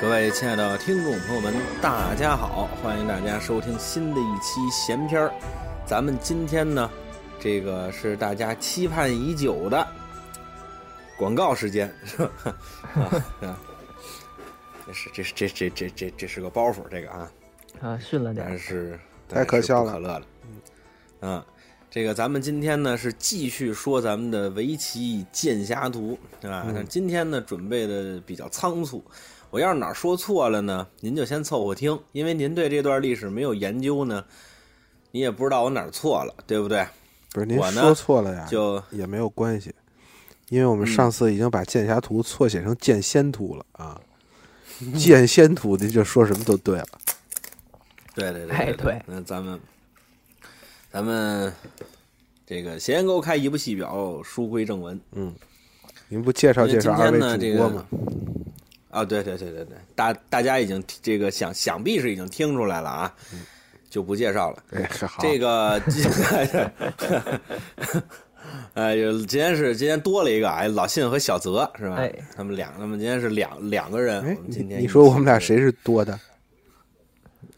各位亲爱的听众朋友们，大家好！欢迎大家收听新的一期闲篇儿。咱们今天呢，这个是大家期盼已久的广告时间，是吧？啊，啊这是这是这这这这这是个包袱，这个啊，啊，训了点儿。但是太可笑了但是不可乐了。嗯，啊，这个咱们今天呢是继续说咱们的围棋剑侠图，对嗯吧？但今天呢准备的比较仓促，我要是哪儿说错了呢，您就先凑合听，因为您对这段历史没有研究呢，你也不知道我哪儿错了，对不对？不是您我呢说错了呀，就嗯也没有关系，因为我们上次已经把《剑侠图》错写成《剑仙图》了啊，《剑仙图》这就说什么都对了。对对对，哎对对，那咱们咱们这个闲言勾开，一不细表，书归正文。您不介绍因为介绍今二天位呢这主播个吗？啊，对对对对对，大大家已经这个想想必是已经听出来了啊，就不介绍了。哎，嗯好，这 个，哎，今天是今天多了一个哎，老信和小泽是吧？哎他们两，他们今天是两两个人。哎我，们你今天你说我们俩谁是多的？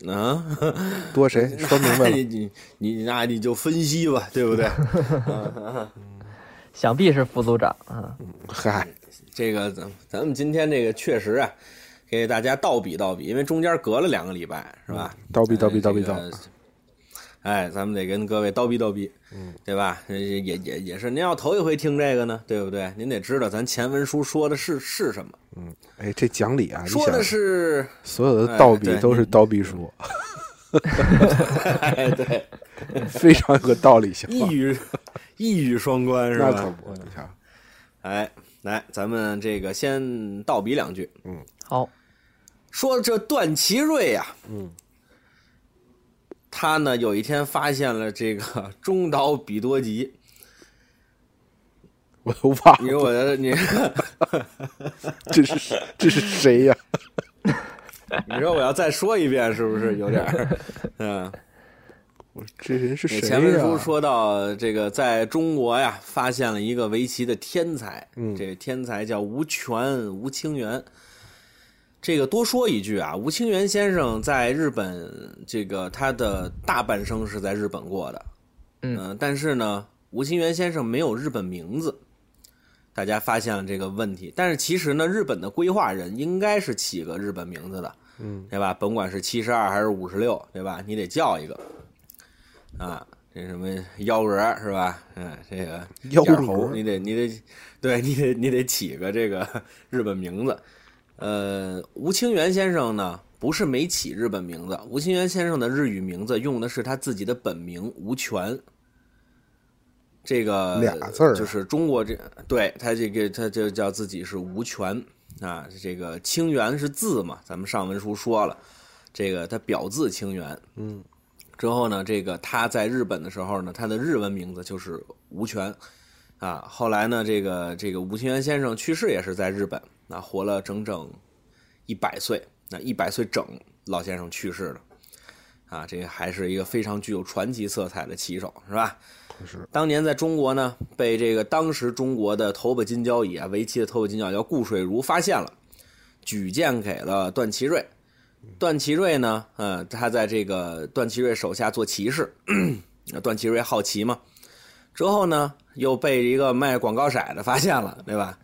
啊？ 多谁？说明白了。你你你那你就分析吧，对不对？想必是副组长啊，嗨，这个咱咱们今天这个确实啊，给大家倒比倒比，因为中间隔了两个礼拜，是吧？叨逼哎叨逼叨逼。这叨个哎，咱们得跟各位叨逼叨逼，嗯，对吧？呃也也也也是，您要头一回听这个呢，对不对？您得知道咱前文书说的是是什么，哎，这讲理啊！你说的想，是， 所有哎的倒笔对都是你倒笔书，哎，对， 非常有个道理性。一语一语双关是吧？那可不，你瞧，哎，来，咱们这个先倒比两句，好，说这段祺瑞呀、嗯，他呢有一天发现了这个 中岛比多吉，我都忘你了说我的你。这是这是谁呀？你说我要再说一遍，是不是有点儿？嗯，我这人是谁呀？前文书说到这个，在中国呀，发现了一个围棋的天才，嗯，这个天才叫吴权、吴清源。这个多说一句啊，吴清源先生在日本，这个他的大半生是在日本过的，嗯呃但是呢，吴清源先生没有日本名字，大家发现了这个问题。但是其实呢，日本的规划人应该是起个日本名字的，嗯，对吧？甭管是七十二还是五十六，对吧？你得叫一个啊，这什么幺蛾儿是吧？嗯，这个幺蛾眼猴儿，你得你得，对你得你得起个这个日本名字。呃，吴清源先生呢，不是没起日本名字，吴清源先生的日语名字用的是他自己的本名吴权。这个俩字儿啊就是中国这对他这个他就叫自己是吴权啊，这个清源是字嘛，咱们上文书说了，这个他表字清源，嗯，之后呢，这个他在日本的时候呢，他的日文名字就是吴权，啊，后来呢，这个这个吴清源先生去世也是在日本，啊，活了整整一百岁，那一百岁整，老先生去世了，啊，这还是一个非常具有传奇色彩的棋手，是吧？是当年在中国呢，被这个当时中国的头把金交椅啊，围棋的头把金交椅叫顾水如发现了，举荐给了段祺瑞。段祺瑞呢，呃，他在这个段祺瑞手下做骑士， 那段祺瑞好奇嘛，之后呢，又被一个卖广告色的发现了，对吧？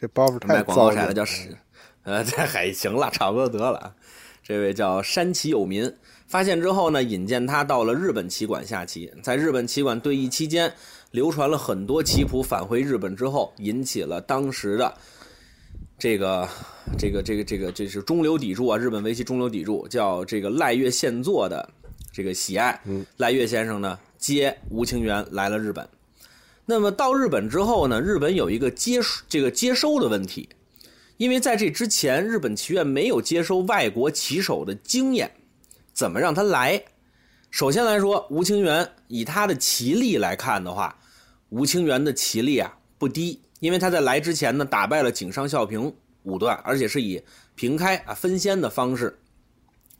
这包袱卖 太广告糟色的了，叫史，呃，这还行了，差不多得了啊。这位叫山崎有民，发现之后呢，引荐他到了日本棋馆下棋。在日本棋馆对弈期间，流传了很多棋谱。返回日本之后，引起了当时的这个这个这个这个这是中流砥柱啊，日本围棋中流砥柱，叫这个赖月宪作的这个喜爱。嗯赖月先生呢，接吴清源来了日本。那么到日本之后呢，日本有一个接这个接收的问题，因为在这之前，日本棋院没有接收外国棋手的经验，怎么让他来？首先来说，吴清源以他的棋力来看的话，吴清源的棋力啊不低，因为他在来之前呢打败了井上孝平五段，而且是以平开啊分先的方式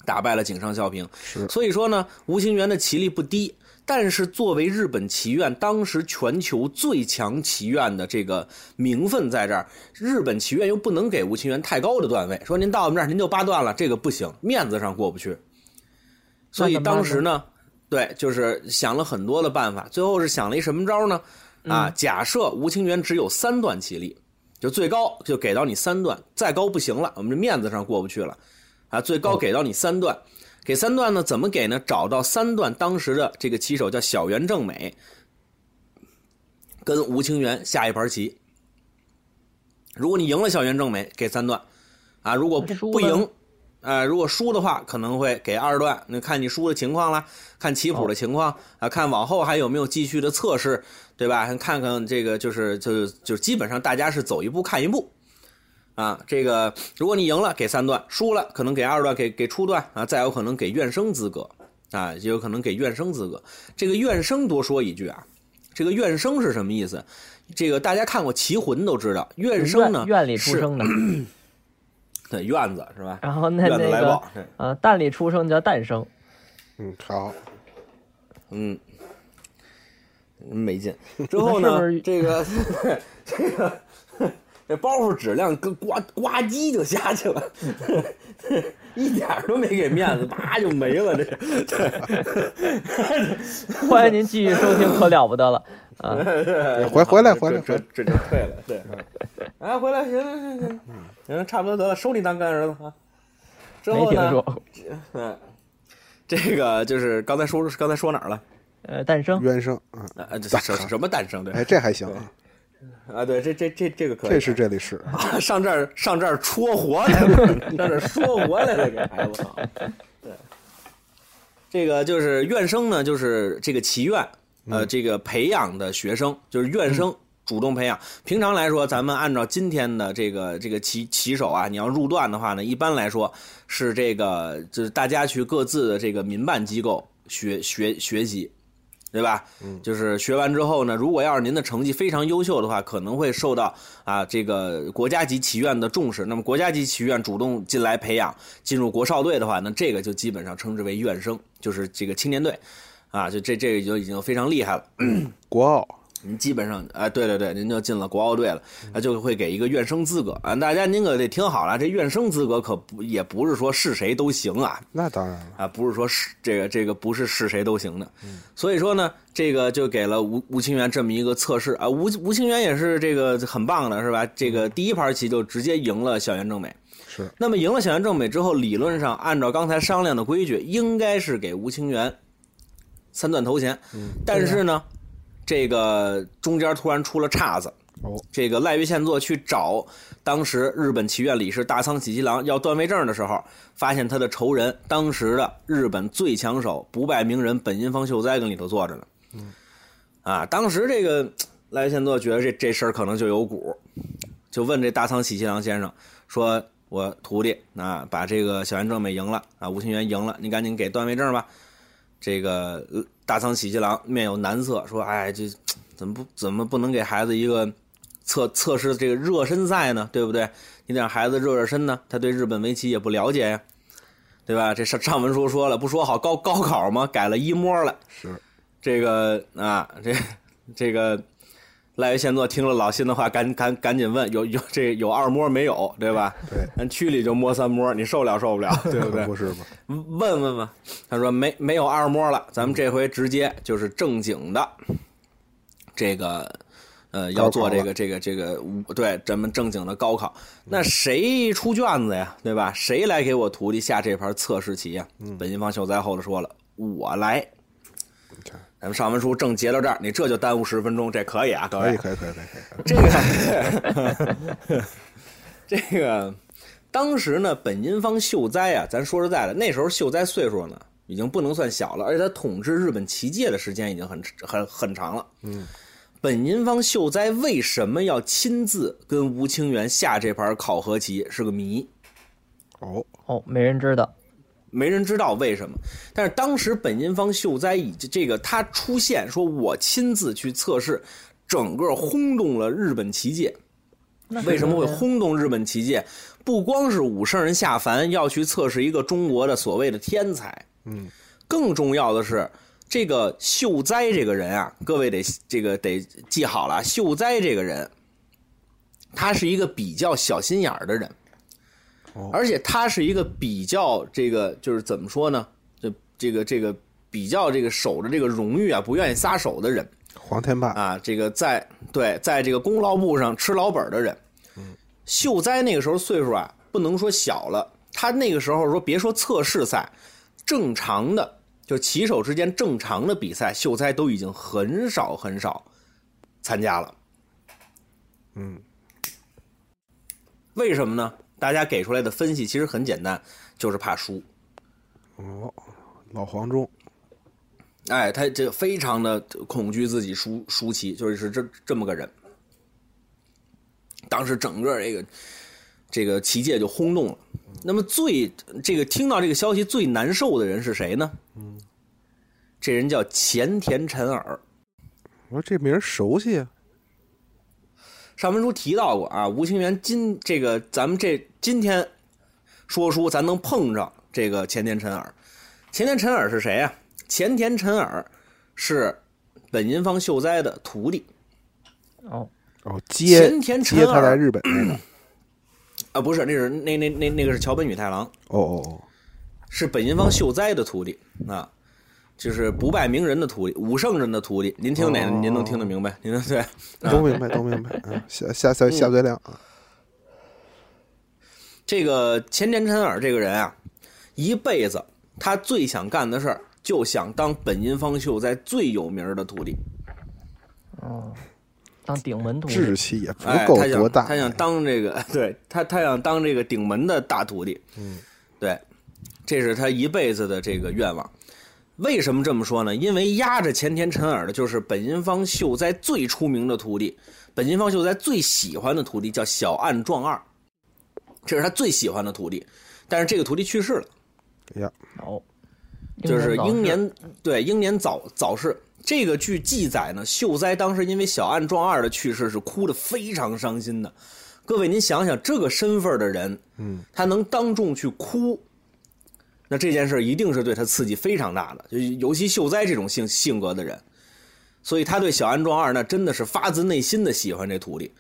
打败了井上孝平。是所以说呢，吴清源的棋力不低，但是作为日本棋院当时全球最强棋院的这个名分在这儿，日本棋院又不能给吴清源太高的段位，说您到我们这儿您就八段了，这个不行，面子上过不去。所以当时呢，对，就是想了很多的办法，最后是想了一什么招呢？啊，假设吴清源只有三段棋力，就最高就给到你三段，再高不行了，我们这面子上过不去了，啊，最嗯高给到你三段，给三段呢怎么给呢？找到三段当时的这个棋手叫小原正美，跟吴清源下一盘棋。如果你赢了小原正美，给三段，啊，如果输不了不赢，呃，如果输的话，可能会给二段。那看你输的情况啦，看棋哦谱的情况啊，看往后还有没有继续的测试，对吧？看看这个就是就就基本上大家是走一步看一步。啊，这个如果你赢了给三段，输了可能给二段，给给初段啊，再有可能给怨声资格啊，也有可能给怨声资格。这个怨声多说一句啊，这个怨声是什么意思？这个大家看过《棋魂》都知道，怨声呢院院里出是生的，对院子是吧？然后那院子那来个报，对呃蛋里出生叫诞生，嗯，好，嗯，没劲。之后 那呢，是不是这个这个这包袱质量跟呱呱唧就下去了， 一点儿都没给面子，啪就没了。这 欢迎您继续收听，可了不得了啊！ 回回来回来这这这就退了，对。啊，回来，行行行行，嗯行，差不多得了，收你当干儿子啊。之没后听呢，说过，嗯，这个就是刚才说刚才说哪儿了？呃，诞生冤生啊，嗯呃，这什什么诞生对？哎，这还行啊，啊，对，这这这这个可以，这是这里是，啊上这儿上这儿戳活来了，上这儿说活来了，给哎我操！对，这个就是院生呢，就是这个祈愿，呃，这个培养的学生就是院生。主动培养，平常来说，咱们按照今天的这个这个棋棋手啊，你要入段的话呢，一般来说是这个就是大家去各自的这个民办机构学学学习，对吧？嗯，就是学完之后呢，如果要是您的成绩非常优秀的话，可能会受到啊这个国家级棋院的重视。那么国家级棋院主动进来培养，进入国少队的话，那这个就基本上称之为院生，就是这个青年队，啊，就这这个就已经非常厉害了。国奥您基本上，哎，对对对，您就进了国奥队了，那就会给一个院生资格啊。大家您可得听好了，这院生资格可不也不是说是谁都行啊，那当然了，啊，不是说是这个这个不是是谁都行的，所以说呢，这个就给了吴吴清源这么一个测试啊，吴吴清源也是这个很棒的是吧？这个第一盘棋就直接赢了小原正美，是那么赢了小原正美之后，理论上按照刚才商量的规矩，应该是给吴清源三段头衔，但是呢，这个中间突然出了岔子，哦，这个赖月宪作去找当时日本棋院理事大仓喜七郎要段位证的时候，发现他的仇人当时的日本最强手不败名人本因坊秀哉跟里头坐着呢。啊，当时这个赖月宪作觉得这这事儿可能就有股，就问这大仓喜七郎先生说：“我徒弟啊，把这个小原正美赢了啊，吴清源赢了，你赶紧给段位证吧。”这个呃大仓喜七郎面有难色，说：“哎，这怎么不怎么不能给孩子一个测测试这个热身赛呢？对不对？你得让孩子热热身呢，他对日本围棋也不了解呀，对吧？这上上文书说了，不说好高高考吗？改了一模了，是这个啊，这这个赖月宪作听了老辛的话，赶赶赶紧问有有这有二摸没有，对吧？对，咱区里就摸三摸，你受了受不了，对不对可？不是吗？问问吧。他说没没有二摸了，咱们这回直接就是正经的，这个呃要做这个这个这个五对咱们正经的高考。那嗯谁出卷子呀？对吧？谁来给我徒弟下这盘测试棋呀？本因坊秀哉后头说了，我来。嗯你看，咱们上文书正截到这儿，你这就耽误十分钟，这可以啊，各位。可以可以可以可以可以，这个，这个，当时呢，本因坊秀哉啊，咱说实在的，那时候秀哉岁数呢已经不能算小了，而且他统治日本棋界的时间已经很很很长了。嗯，本因坊秀哉为什么要亲自跟吴清源下这盘考核棋是个谜，哦，哦，没人知道，没人知道为什么。但是当时本因坊秀哉以及这个他出现，说我亲自去测试，整个轰动了日本棋界。那为什么会轰动日本棋界？不光是武圣人下凡要去测试一个中国的所谓的天才，嗯，更重要的是，这个秀哉这个人啊，各位得这个得记好了，秀哉这个人，他是一个比较小心眼儿的人哦，而且他是一个比较这个就是怎么说呢？这这个这个比较这个守着这个荣誉啊，不愿意撒手的人。黄天霸，啊，这个在对，在这个功劳簿上吃老本儿的人，秀哉那个时候岁数啊，不能说小了，他那个时候说别说测试赛，正常的就棋手之间正常的比赛，秀哉都已经很少很少参加了。嗯，为什么呢？大家给出来的分析其实很简单，就是怕输。哦，老黄忠，哎，他这非常的恐惧自己输输棋，就是是这这么个人。当时整个这个这个棋界就轰动了。那么最这个听到这个消息最难受的人是谁呢？嗯，这人叫前田辰尔。我说这名儿熟悉啊，上文书提到过啊，吴清源今这个咱们这今天说书，咱能碰上这个前田辰尔。前田辰尔是谁啊？前田辰尔是本因坊秀哉的徒弟。哦，哦，接前田接辰他来尔日本那个，啊，不是，那是那那那那个是桥本宇太郎，哦哦 哦，是本因坊秀哉的徒弟啊，就是不败名人的徒弟，武圣人的徒弟。您听哪个？哦您能听得明白？您能 对？都明白都明白，啊，下下下嗯下嘴亮啊，这个前田辰尔这个人啊，一辈子他最想干的事儿，就想当本因坊秀哉最有名儿的徒弟。哦，当顶门徒志气也不嗯哎，够他想多大，他想当这个， 对他他想当这个顶门的大徒弟。嗯，对，这是他一辈子的这个愿望。为什么这么说呢？因为压着前田辰尔的就是本因坊秀哉最出名的徒弟，本因坊秀哉最喜欢的徒弟叫小岸壮二，这是他最喜欢的徒弟。但是这个徒弟去世了，哎呀，哦，就是早逝英年对英年早早逝。这个据记载呢，秀哉当时因为小岸壮二的去世是哭得非常伤心的。各位，您想想，这个身份的人，嗯，他能当众去哭，那这件事一定是对他刺激非常大的，就尤其秀哉这种性性格的人，所以他对小安庄二那真的是发自内心的喜欢这徒弟，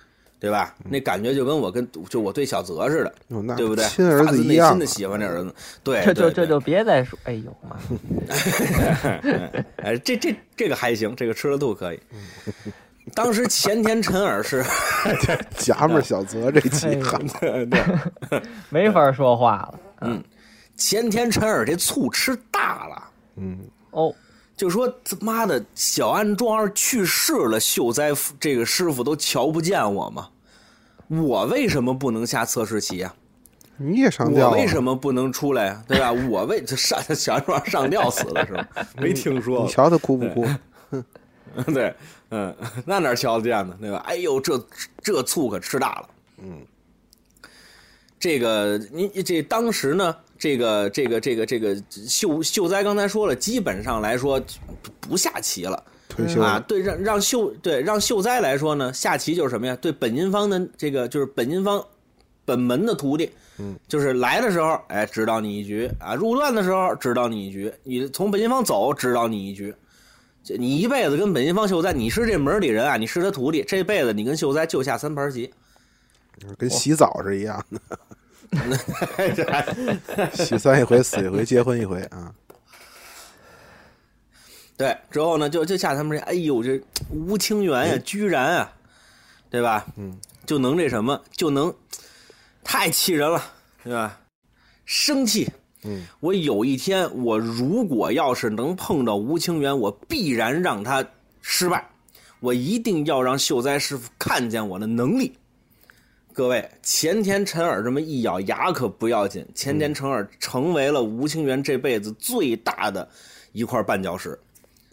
对吧？那感觉就跟我跟就我对小泽似的，哟嗯哦那对不对？亲儿发子自一内样心啊的，喜欢这儿子，对，这就对这就别再说，哎呦妈，哎，这这这个还行，这个吃了肚可以。当时前田辰尔是， 夹们儿小泽这哎期呦好，没法说话了。前田辰尔这醋吃大了。嗯，哦，就说他妈的小安庄二去世了，秀哉夫这个师傅都瞧不见我吗？我为什么不能下测试棋呀、你也上我吊啊，为什么不能出来啊呀、对吧？我为这上小安庄二上吊死了是 吗？没听说你瞧他哭不哭？啊 对，嗯，那哪儿瞧得见呢？对吧？哎呦，这这醋可吃大了。嗯，这个您这当时呢，这个这个这个这个秀秀哉刚才说了，基本上来说不不下棋了。退休啊，了，对，让让秀对让秀哉来说呢，下棋就是什么呀？对本因坊的这个就是本因坊本门的徒弟，嗯，就是来的时候，哎，指导你一局啊；入段的时候，指导你一局；你从本因坊走，指导你一局。这你一辈子跟本因坊秀哉，你是这门里人啊，你是他徒弟，这辈子你跟秀哉就下三盘棋，跟洗澡是一样 的，洗三一回，死一回，结婚一回啊，对，之后呢，就就下他们这，哎呦，这吴清源呀、居然啊，对吧？嗯，就能这什么，就能，太气人了，对吧？生气。嗯，我有一天，我如果要是能碰到吴清源，我必然让他失败，我一定要让秀哉师傅看见我的能力。各位，前田辰尔这么一咬牙可不要紧，前嗯田辰尔成为了吴清源这辈子最大的一块绊脚石。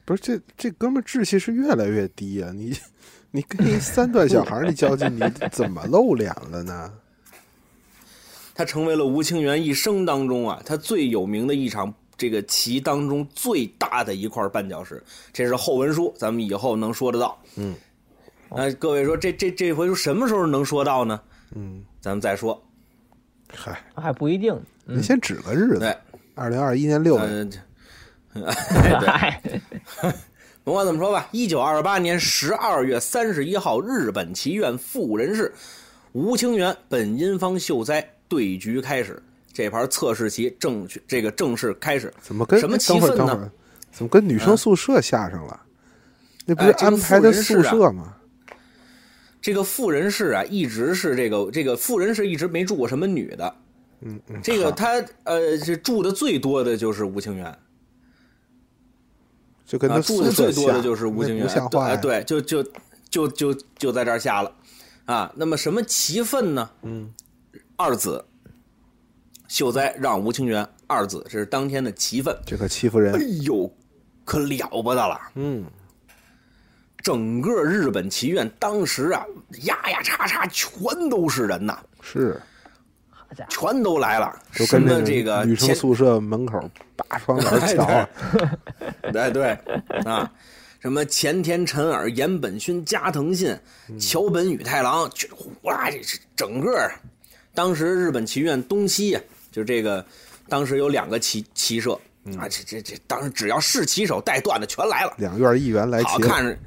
不是这这哥们儿志气是越来越低啊！你你跟一三段小孩儿你较劲，你怎么露脸了呢？他成为了吴清源一生当中啊，他最有名的一场这个棋当中最大的一块绊脚石。这是后文书，咱们以后能说得到。嗯，那、各位说这这这回书什么时候能说到呢？嗯，咱们再说。嗨，还不一定。您先指个日嗯对子，，二零二一年六月，嗯、对 嗨，甭管怎么说吧，一九二八年十二月三十一号，日本棋院副人士吴清源本因坊秀哉对局开始，这盘测试棋正这个正式开始。怎么跟什么气等会儿氛等呢嗯会儿，怎么跟女生宿舍下上了？那不是哎这个安排的宿妇人室舍吗？这个富人氏啊，一直是这个这个富人氏一直没住过什么女的，嗯嗯，这个好他呃是住的最多的就是吴清源。就跟啊，他住宿的舍最多的下就是吴那清源，不像对话哎呀，对，就就就就就在这儿下了啊。那么什么棋份呢？嗯，二子秀哉让吴清源二子，这是当天的棋份。这可欺负哎人。呦，可了不得了！嗯，整个日本棋院当时啊，呀呀叉叉全都是人呐，是，好家伙，全都来了。就什跟那么这个女生前宿舍门口扒窗帘哎瞧啊，哎，对啊，什么前田辰尔、岩本勋、加藤信、嗯桥本宇太郎，就哇，这是整个儿当时日本棋院东西呀，就这个当时有两个棋棋社嗯啊，这这这当时只要是棋手带段的全来了，两院议员来好齐了，看着，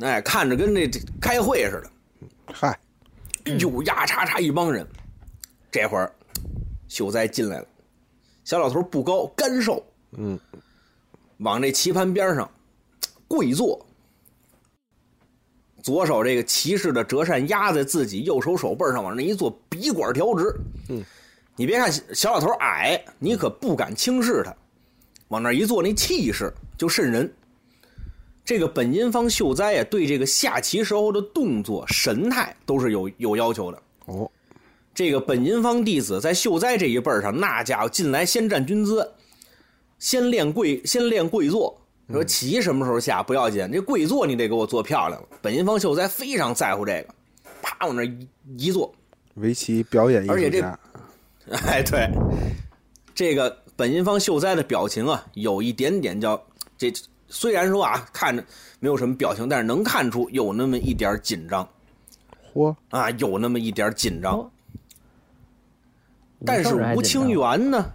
哎，看着跟这这开会似的，嗨，嗯有呀叉叉一帮人。这会儿秀哉进来了，小老头不高，干瘦，嗯，往这棋盘边上跪坐，左手这个骑士的折扇压在自己右手手背上，往那一坐，笔管调直。嗯，你别看小老头矮，你可不敢轻视他，往那一坐，那气势就瘆人。这个本因坊秀哉啊，对这个下棋时候的动作、神态都是有有要求的。哦，这个本银坊弟子在秀哉这一辈儿上，那家伙进来先站军姿，先练跪，先练跪坐。你说棋什么时候下不要紧，这跪坐你得给我做漂亮了。本银坊秀哉非常在乎这个，啪往那一一坐， 围棋表演艺而且术这家，哎，对，这个本因坊秀哉的表情啊，有一点点叫这，虽然说啊看着没有什么表情，但是能看出有那么一点紧张嚯，啊，有那么一点紧张。哦但是吴清源呢？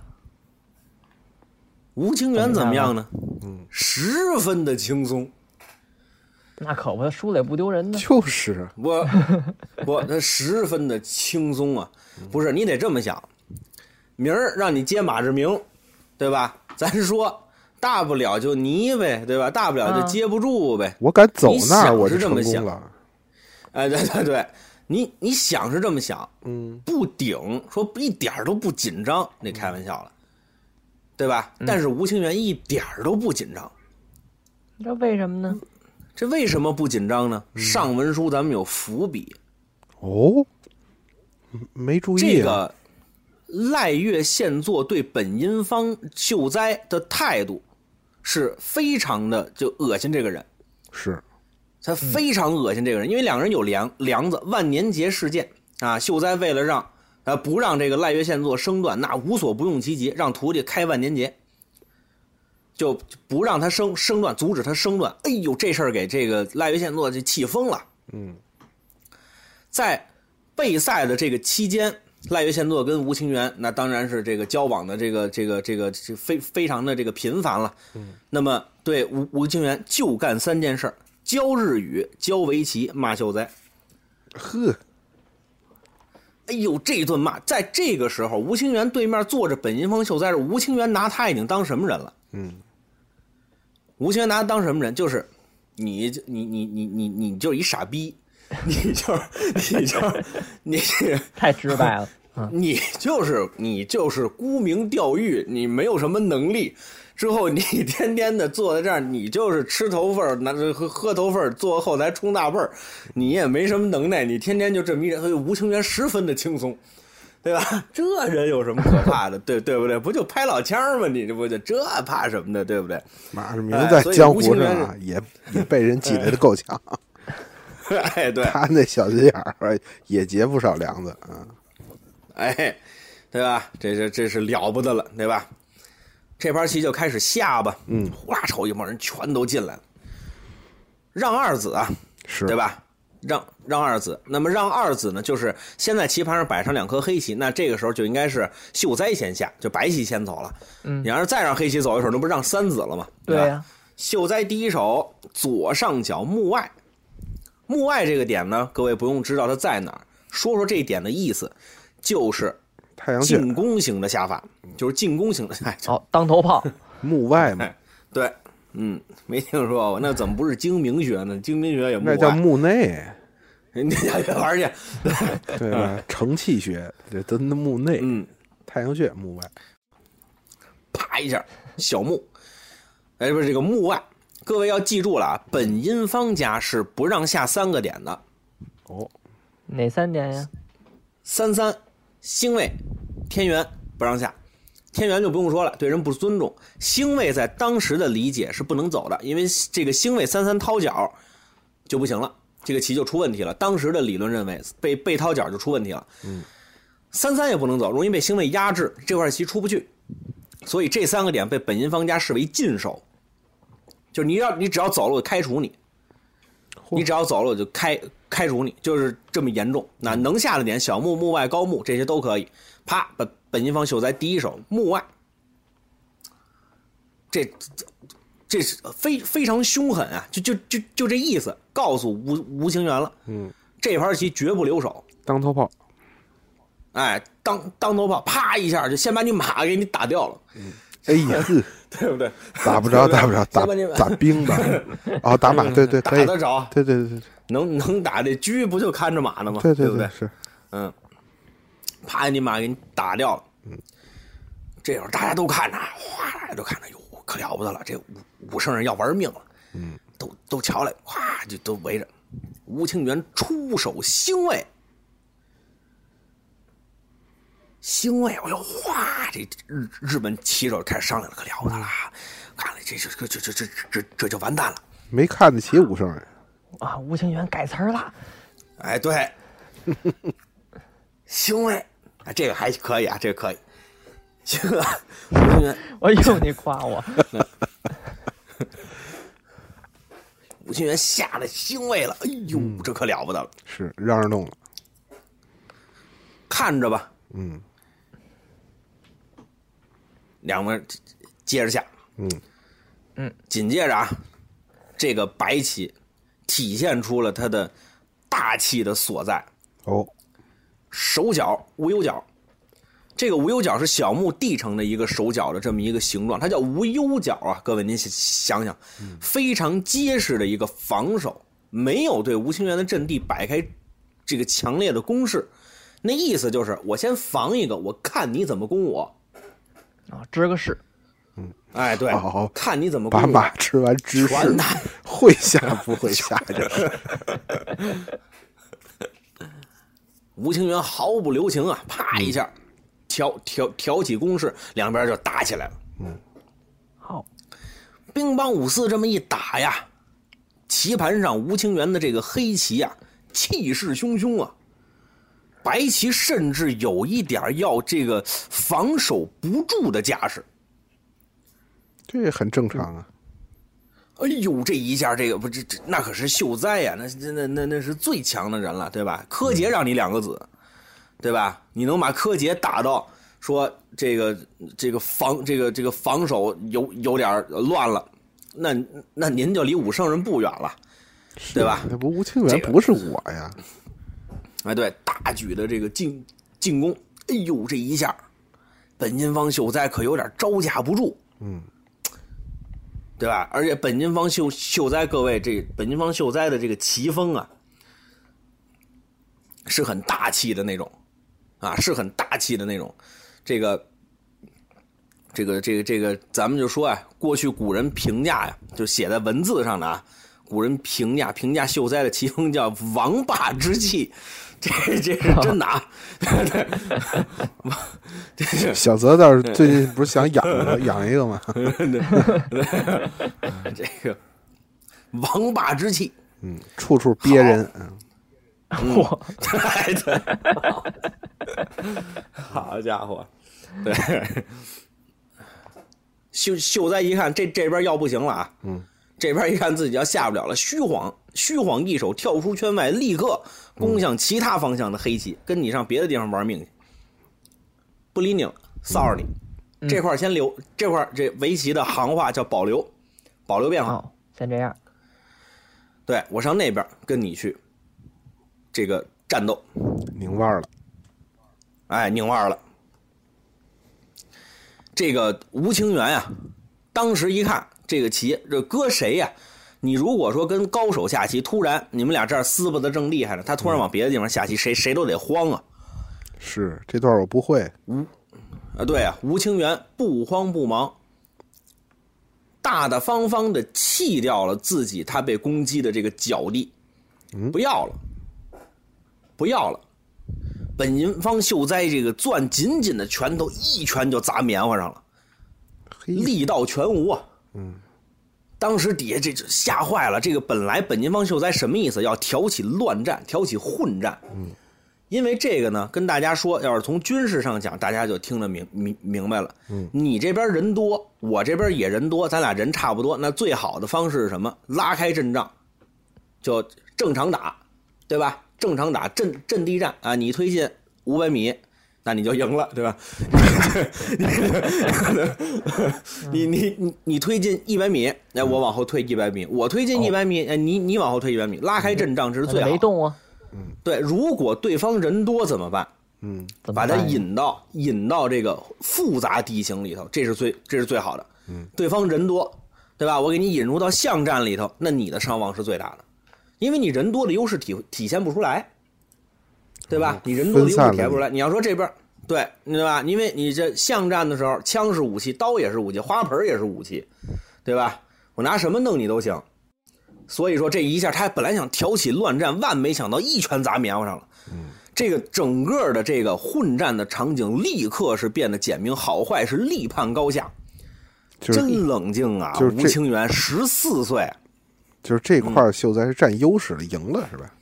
吴清源怎么样呢？嗯，十分的轻松。那可不，输了也不丢人呢。就是我我那十分的轻松啊！不是，你得这么想，明儿让你接马志明，对吧？咱说，大不了就泥呗，对吧？大不了就啊接不住呗。我敢走你那想儿，我是就这么成功想了。哎，对对对，你你想是这么想，嗯，不顶，说一点儿都不紧张，那开玩笑了，对吧？但是吴清源一点儿都不紧张，你知道为什么呢？这为什么不紧张呢？上文书咱们有伏笔，哦，没注这意啊，个赖月现作对本因坊秀哉的态度是非常的就恶心这个人，是他非常恶心这个人，因为两个人有梁梁子。万年节事件啊，秀哉为了让呃不让这个赖月宪作升段，那无所不用其极，让徒弟开万年节，就就不让他升升段，阻止他升段。哎呦，这事儿给这个赖月宪作这气疯了。嗯，在备赛的这个期间，赖月宪作跟吴清源那当然是这个交往的这个这个这个这非非常的这个频繁了。嗯，那么对吴吴清源就干三件事儿：教日语、教围棋、骂秀哉。呵，哎呦，这一顿骂，在这个时候，吴清源对面坐着本因坊秀哉，吴清源拿他已经当什么人了？嗯，吴清源拿他当什么人？就是你，你，你，你，你，你就是一傻逼，你就是，你就是，你。太直 白了。嗯，你就是你就是沽名钓誉，你没有什么能力。之后你天天的坐在这儿，你就是吃头份儿，拿着喝喝头份儿，坐后台冲大辈儿，你也没什么能耐，你天天就这么一呃人。所以吴清源十分的轻松， 对吧？这人有什么可怕的？对对不对？不就拍老腔儿吗？你这不就这怕什么的？对不 对？马志明哎在所以江吴湖清上源啊，也也被人挤得够呛。哎，对，他那小心眼儿也结不少梁子啊。哎，对吧？这这这是了不得了，对吧？这盘棋就开始下吧，嗯，呼啦瞅一帮人全都进来了，让二子啊，是对吧？让让二子，那么让二子呢，就是先在棋盘上摆上两颗黑棋，那这个时候就应该是秀哉先下，就白棋先走了。嗯你要是再让黑棋走一手，那不是让三子了吗？对吧？呀、秀哉第一手左上角目外，目外这个点呢，各位不用知道它在哪儿，说说这一点的意思，就是太阳进卷攻型的下法，嗯就是进攻型的。 哎，这好当头炮，目外哎嘛，对，嗯，没听说过，那怎么不是精明学呢？精明学也目那 叫外，目内，你家去玩儿去。对吧？成气穴，这都那目内，嗯，太阳穴目外，啪一下，小木，哎，不是这个木外，各位要记住了啊，本阴方家是不让下三个点的，哦，哪三点呀？三三、星位、天元不让下，天元就不用说了，对人不尊重。星位在当时的理解是不能走的，因为这个星位三三掏脚就不行了，这个棋就出问题了。当时的理论认为被被掏脚就出问题了，嗯，三三也不能走，容易被星位压制，这块棋出不去。所以这三个点被本因方家视为禁手，就是你要你只要走了，我开除你。嚯你只要走了，我就开开除你，就是这么严重。那能下的点，小目、目外、高目这些都可以。啪，本本阴方秀哉第一手目外，这这这是非非常凶狠啊！就就就就这意思，告诉吴吴清源了，嗯，这盘棋绝不留手。当头炮，哎，当当头炮，啪一下就先把你马给你打掉了，哎呀，呵 对不对？ 打不 对着，对打不着，打先把你马打兵吧，哦，打马，对对，打可以，得着，对对对对能能打这车不就看着马呢吗？对对不对，对？是嗯，啪，你马给你打掉了。嗯，这会儿大家都看着，哗，大家都看着，哟，可了不得了，这武武圣人要玩命了。嗯，都都瞧来，哗，就都围着。吴清源出手兴卫，兴卫，我又哗，这日日本棋手开始商量了，可了不得了，看来这这这这这这这这就完蛋了。没看得起武圣人，啊，吴清源改词儿了，哎，对，行为，啊，这个还可以啊，这个可以。行啊，吴清源，哎呦，你夸我，吴清源吓得兴位了，哎呦，嗯这可了不得了，是让人弄了，看着吧，嗯，两个人接着下，嗯嗯，紧接着啊，这个白棋体现出了他的大气的所在，哦，手脚无忧角。这个无忧角是小木地成的一个手脚的这么一个形状，它叫无忧角啊。各位您想想，嗯非常结实的一个防守，没有对吴清源的阵地摆开这个强烈的攻势。那意思就是，我先防一个，我看你怎么攻我。啊，支个势，哎，对好，看你怎么攻把我。马吃完芝士传达，会下不会下就是，吴清源毫不留情啊，啪嗯一下，挑挑挑起攻势，两边就打起来了。好，乒乓五四这么一打呀，棋盘上吴清源的这个黑棋啊，气势汹汹啊，白棋甚至有一点要这个防守不住的架势。这很正常啊，哎呦，这一下这个不这这那可是秀哉呀、那那那那那是最强的人了，对吧？柯洁让你两个子，对吧？你能把柯洁打到说这个这个防这个这个防守有有点乱了，那那您就离武圣人不远了，对吧？那不吴清这源个不是我呀，哎，对，大举的这个进进攻，哎呦，这一下，本金方秀哉可有点招架不住，嗯，对吧？而且本金方秀秀哉，各位，这本金方秀哉的这个棋风啊，是很大气的那种，啊，是很大气的那种，这个。这个这个这个，咱们就说啊，过去古人评价呀、就写在文字上的啊，古人评价评价秀哉的棋风叫“王霸之气”，这这是真的啊，对，这是小泽倒是最近不是想养了养一个吗？这个王霸之气，嗯，处处憋人，嗯，嚯、哎对， 好家伙，对，秀秀哉一看这这边要不行了啊，嗯，这边一看自己要下不了了，虚晃虚晃一手跳出圈外，立刻攻向其他方向的黑棋，跟你上别的地方玩命去，不理你了，骚扰你。这块儿先留，这块儿这围棋的行话叫保留，保留变化。好，先这样。对我上那边跟你去这个战斗，明白了，哎，拧腕儿了。这个吴清源啊，当时一看这个棋，这搁谁呀、你如果说跟高手下棋，突然你们俩这儿撕巴的正厉害呢，他突然往别的地方下棋，谁谁都得慌啊。是这段我不会，啊，对啊，吴清源不慌不忙，大大方方的弃掉了自己他被攻击的这个角地，不要了，不要了。本银方秀哉这个攥紧紧的拳头，一拳就砸棉花上了，嘿，力道全无啊。嗯，当时底下这就吓坏了。这个本来本金方秀哉什么意思？要挑起乱战，挑起混战。嗯，因为这个呢，跟大家说，要是从军事上讲，大家就听得明明明白了。嗯，你这边人多，我这边也人多，咱俩人差不多，那最好的方式是什么？拉开阵仗，就正常打，对吧？正常打阵阵地战啊，你推进五百米，那你就赢了，对吧？ 你你你你推进一百米，哎，我往后退一百米，我推进一百米，哎，你你往后退一百米，拉开阵仗这是哦那最没好的。动啊，对，如果对方人多怎么办？嗯，怎么把它办呀引到引到这个复杂地形里头，这是最这是最好的。嗯，对方人多，对吧？我给你引入到巷战里头，那你的伤亡是最大的，因为你人多的优势体体现不出来，对吧？你人多的优势嗯分散了体现不出来。你要说这边儿对，对吧？因为你这巷战的时候，枪是武器，刀也是武器，花盆儿也是武器，对吧？我拿什么弄你都行。所以说这一下，他本来想挑起乱战，万没想到一拳砸棉花上了。嗯这个整个的这个混战的场景立刻是变得简明，好坏是立判高下，就是真冷静啊！就是这吴清源十四岁，就是这块儿秀才是占优势了，赢了是吧？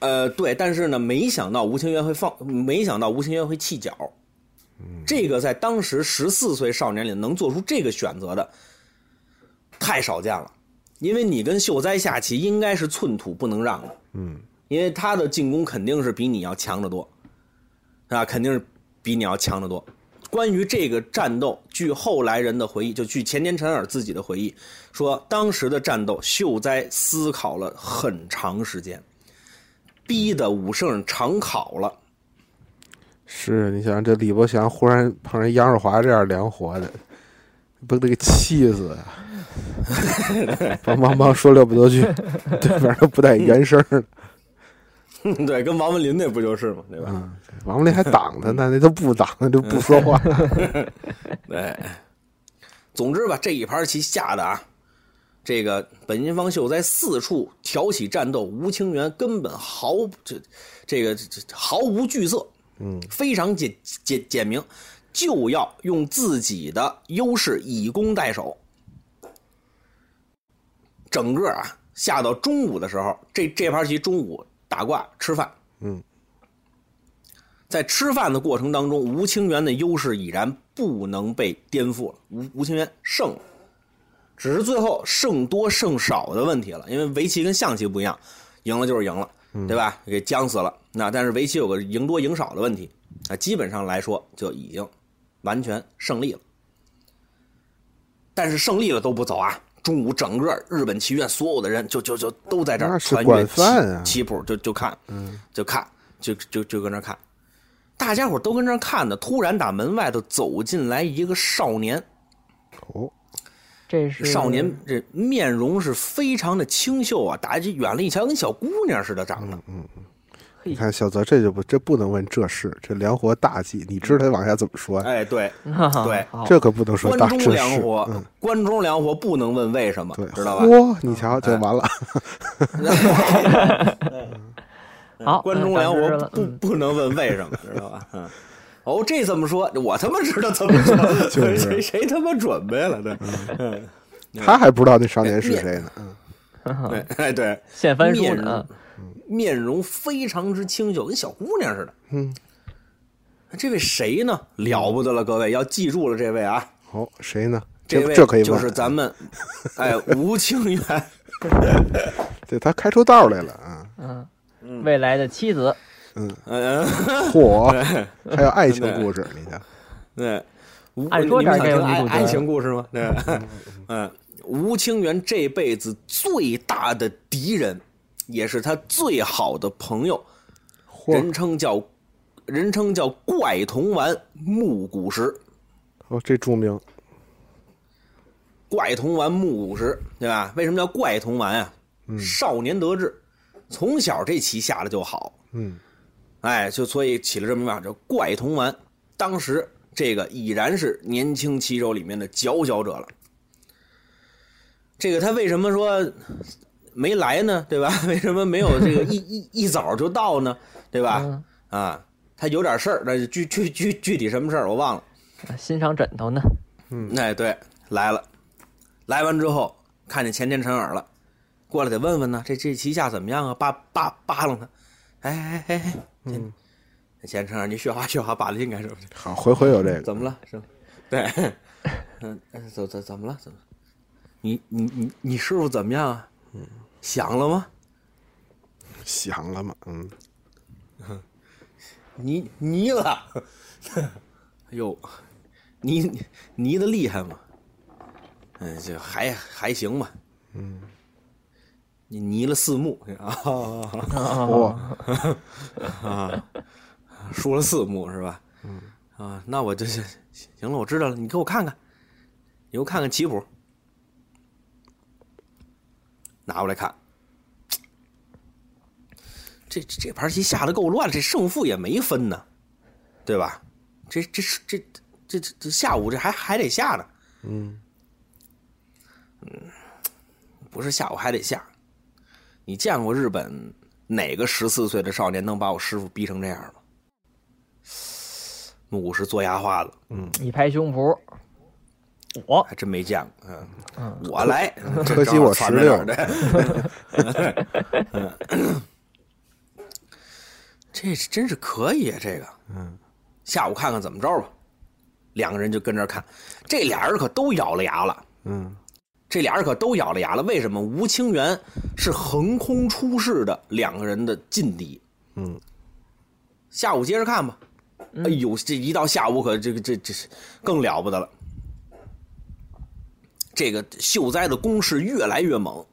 呃，对，但是呢，没想到吴清源会放，没想到吴清源会弃角。这个在当时十四岁少年里能做出这个选择的，太少见了。因为你跟秀哉下棋应该是寸土不能让的，嗯，因为他的进攻肯定是比你要强得多，啊，肯定是比你要强得多。关于这个战斗，据后来人的回忆，就据前田辰尔自己的回忆说，当时的战斗，秀哉思考了很长时间，逼得武圣长考了。 是你想这李伯祥忽然碰上杨少华这样凉活的，把他给气死啊！梆梆梆说六百多句，对面都不带原声儿的。对，跟王文林那不就是吗？对吧？嗯王文林还挡他呢，那都不挡，那就不说话。对，哎总之吧，这一盘棋下的啊，这个本因方秀在四处挑起战斗，吴清源根本毫这这个这这毫无惧色，嗯，非常简简简明，就要用自己的优势以攻代守。整个啊，下到中午的时候，这这盘棋中午打卦吃饭，在吃饭的过程当中，吴清源的优势已然不能被颠覆了，吴吴清源胜了，只是最后胜多胜少的问题了，因为围棋跟象棋不一样，赢了就是赢了，嗯对吧？给僵死了。那但是围棋有个赢多赢少的问题，啊，基本上来说就已经完全胜利了。但是胜利了都不走啊！中午整个日本棋院所有的人就就就都在这那儿是穿越管棋饭啊棋谱，就就看，嗯，就看，就就就跟那儿看。大家伙都跟这儿看呢，突然打门外头走进来一个少年，哦，这是少年这面容是非常的清秀啊，大家远了一瞧，跟小姑娘似的长嗯得。你 看小泽这就不这不能问这事，这凉活大忌。你知道他往下怎么说呀？哎， 对，对对，好这可不能说关大中这良事。活，关中良活不能问为什么对，，知道吧？哎嚯，你瞧就完了。好，关中嗯良长知活识了不 嗯不能问为什么，知道吧？ 嗯。哦，这怎么说？我他妈知道怎么说， 就是谁谁他妈准备了？ 对，嗯他还不知道那少哎年是谁呢。嗯，对，哎对，现翻书面呢容啊，面容非常之清秀，跟小姑娘似的。嗯，这位谁呢？了不得了，各位要记住了，这位啊，哦，谁呢？这这位这可以问就是咱 们，哎，吴清源，对他开出道来了啊！嗯，未来的妻子，嗯， 嚯，还有爱情故事，你看，对，吴按说你们这想儿该有听爱女主角爱情故事吗？对， 嗯，吴清源这辈子最大的敌人，也是他最好的朋友，人嚯，称叫人称叫怪童丸木古石。哦，这著名，怪童丸木古石，对吧？为什么叫怪童丸啊？少年得志，从小这棋下的就好，嗯，哎，就所以起了这么名叫怪童丸。当时这个已然是年轻棋手里面的佼佼者了。这个他为什么说没来呢？对吧？ 为什么没有这个一一一早就到呢？对吧？啊，他有点事儿，那具具具具体什么事儿我忘了。呃欣赏枕 头呢，哎，对，来了，来完之后看见前田诚耳了，过来得问问呢，这这旗下怎么样啊？扒扒扒楞他，哎哎哎哎，嗯，前田诚耳，你雪花雪花扒拉应该 是好，回回有这个，怎么了？是吧？对，嗯，嗯怎怎怎么了？怎么了？你你你你师傅怎么样啊？想了吗？想了嘛，嗯，泥泥了， 哎呦，泥泥的厉害吗？嗯，这还还行吧。嗯，你泥了四目 啊，嚯，输了四目是吧？嗯，啊，那我就行行了，我知道了，你给我看看，你给我看看棋谱，拿过来看。这这这盘棋下的够乱，这胜负也没分呢，对吧？这这是这这这这下午这还还得下呢。嗯嗯不是下午还得下。你见过日本哪个十四岁的少年能把我师傅逼成这样吗？木谷实做牙花子，一拍胸脯，我还真没见过。嗯，我来，这可惜我正好攒着点儿16的。嗯这是真是可以啊，这个。嗯，下午看看怎么着吧。两个人就跟这儿看，这俩人可都咬了牙了。嗯，这俩人可都咬了牙了。为什么？吴清源是横空出世的两个人的劲敌。嗯，下午接着看吧。哎呦，这一到下午可这个这这是更了不得了。这个秀哉的攻势越来越猛，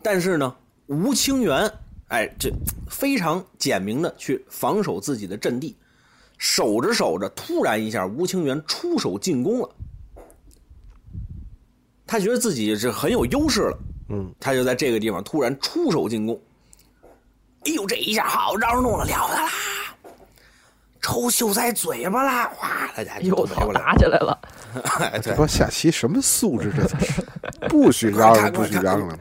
但是呢，吴清源哎，这非常简明的去防守自己的阵地，守着守着，突然一下，吴清源出手进攻了。他觉得自己是很有优势了，嗯，他就在这个地方突然出手进攻。哎呦，这一下好招弄了，了不得啦！抽秀才嘴巴啦，哗，大家就又都围过来了。打起来了，哎对啊这，帮下棋什么素质，这都是不许嚷嚷，不许嚷嚷了，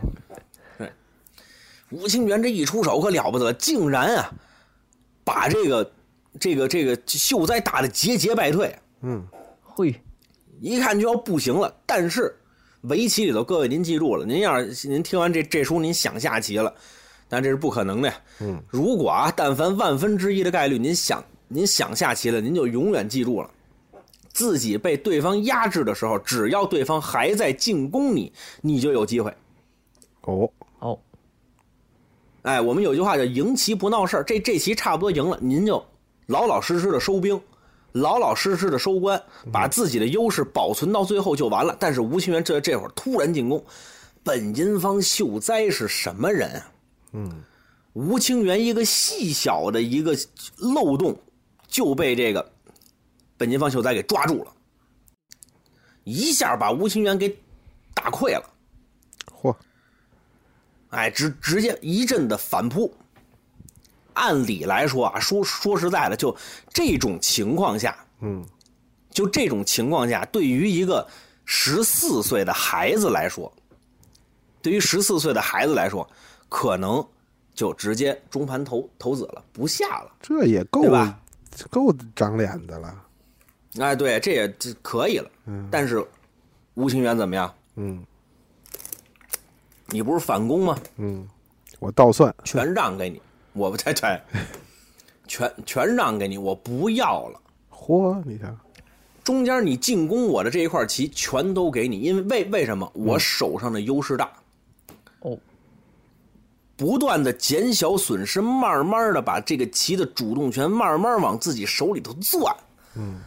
吴清源这一出手可了不得了，竟然啊，把这个这个这个秀哉打得节节败退，嗯，嘿，一看就要不行了。但是围棋里头，各位您记住了，您要是您听完这这书，您想下棋了，但这是不可能的。嗯，如果啊，但凡万分之一的概率，您想您想下棋了，您就永远记住了。自己被对方压制的时候，只要对方还在进攻你，你就有机会。哦，哦，哎，我们有句话叫“赢棋不闹事儿”，这这棋差不多赢了，您就老老实实的收兵，老老实实的收官，把自己的优势保存到最后就完了。但是吴清源这这会儿突然进攻，本因坊秀哉是什么人啊？嗯，吴清源一个细小的一个漏洞就被这个本因坊秀哉给抓住了，一下把吴清源给打溃了。嚯，哎，直直接一阵的反扑。按理来说啊，说说实在的，就这种情况下，嗯，就这种情况下，对于一个十四岁的孩子来说，对于十四岁的孩子来说，可能就直接中盘投投子了，不下了。这也够对吧够长脸的了，哎，对，这也这可以了。但是吴清源怎么样？嗯你不是反攻吗？嗯，我倒算，全让给你，我不太 对，全全让给你，我不要了。嚯，你看，中间你进攻我的这一块棋全都给你，因为为为什么我手上的优势大，哦，不断的减小损失，慢慢的把这个棋的主动权慢慢往自己手里头攥。嗯，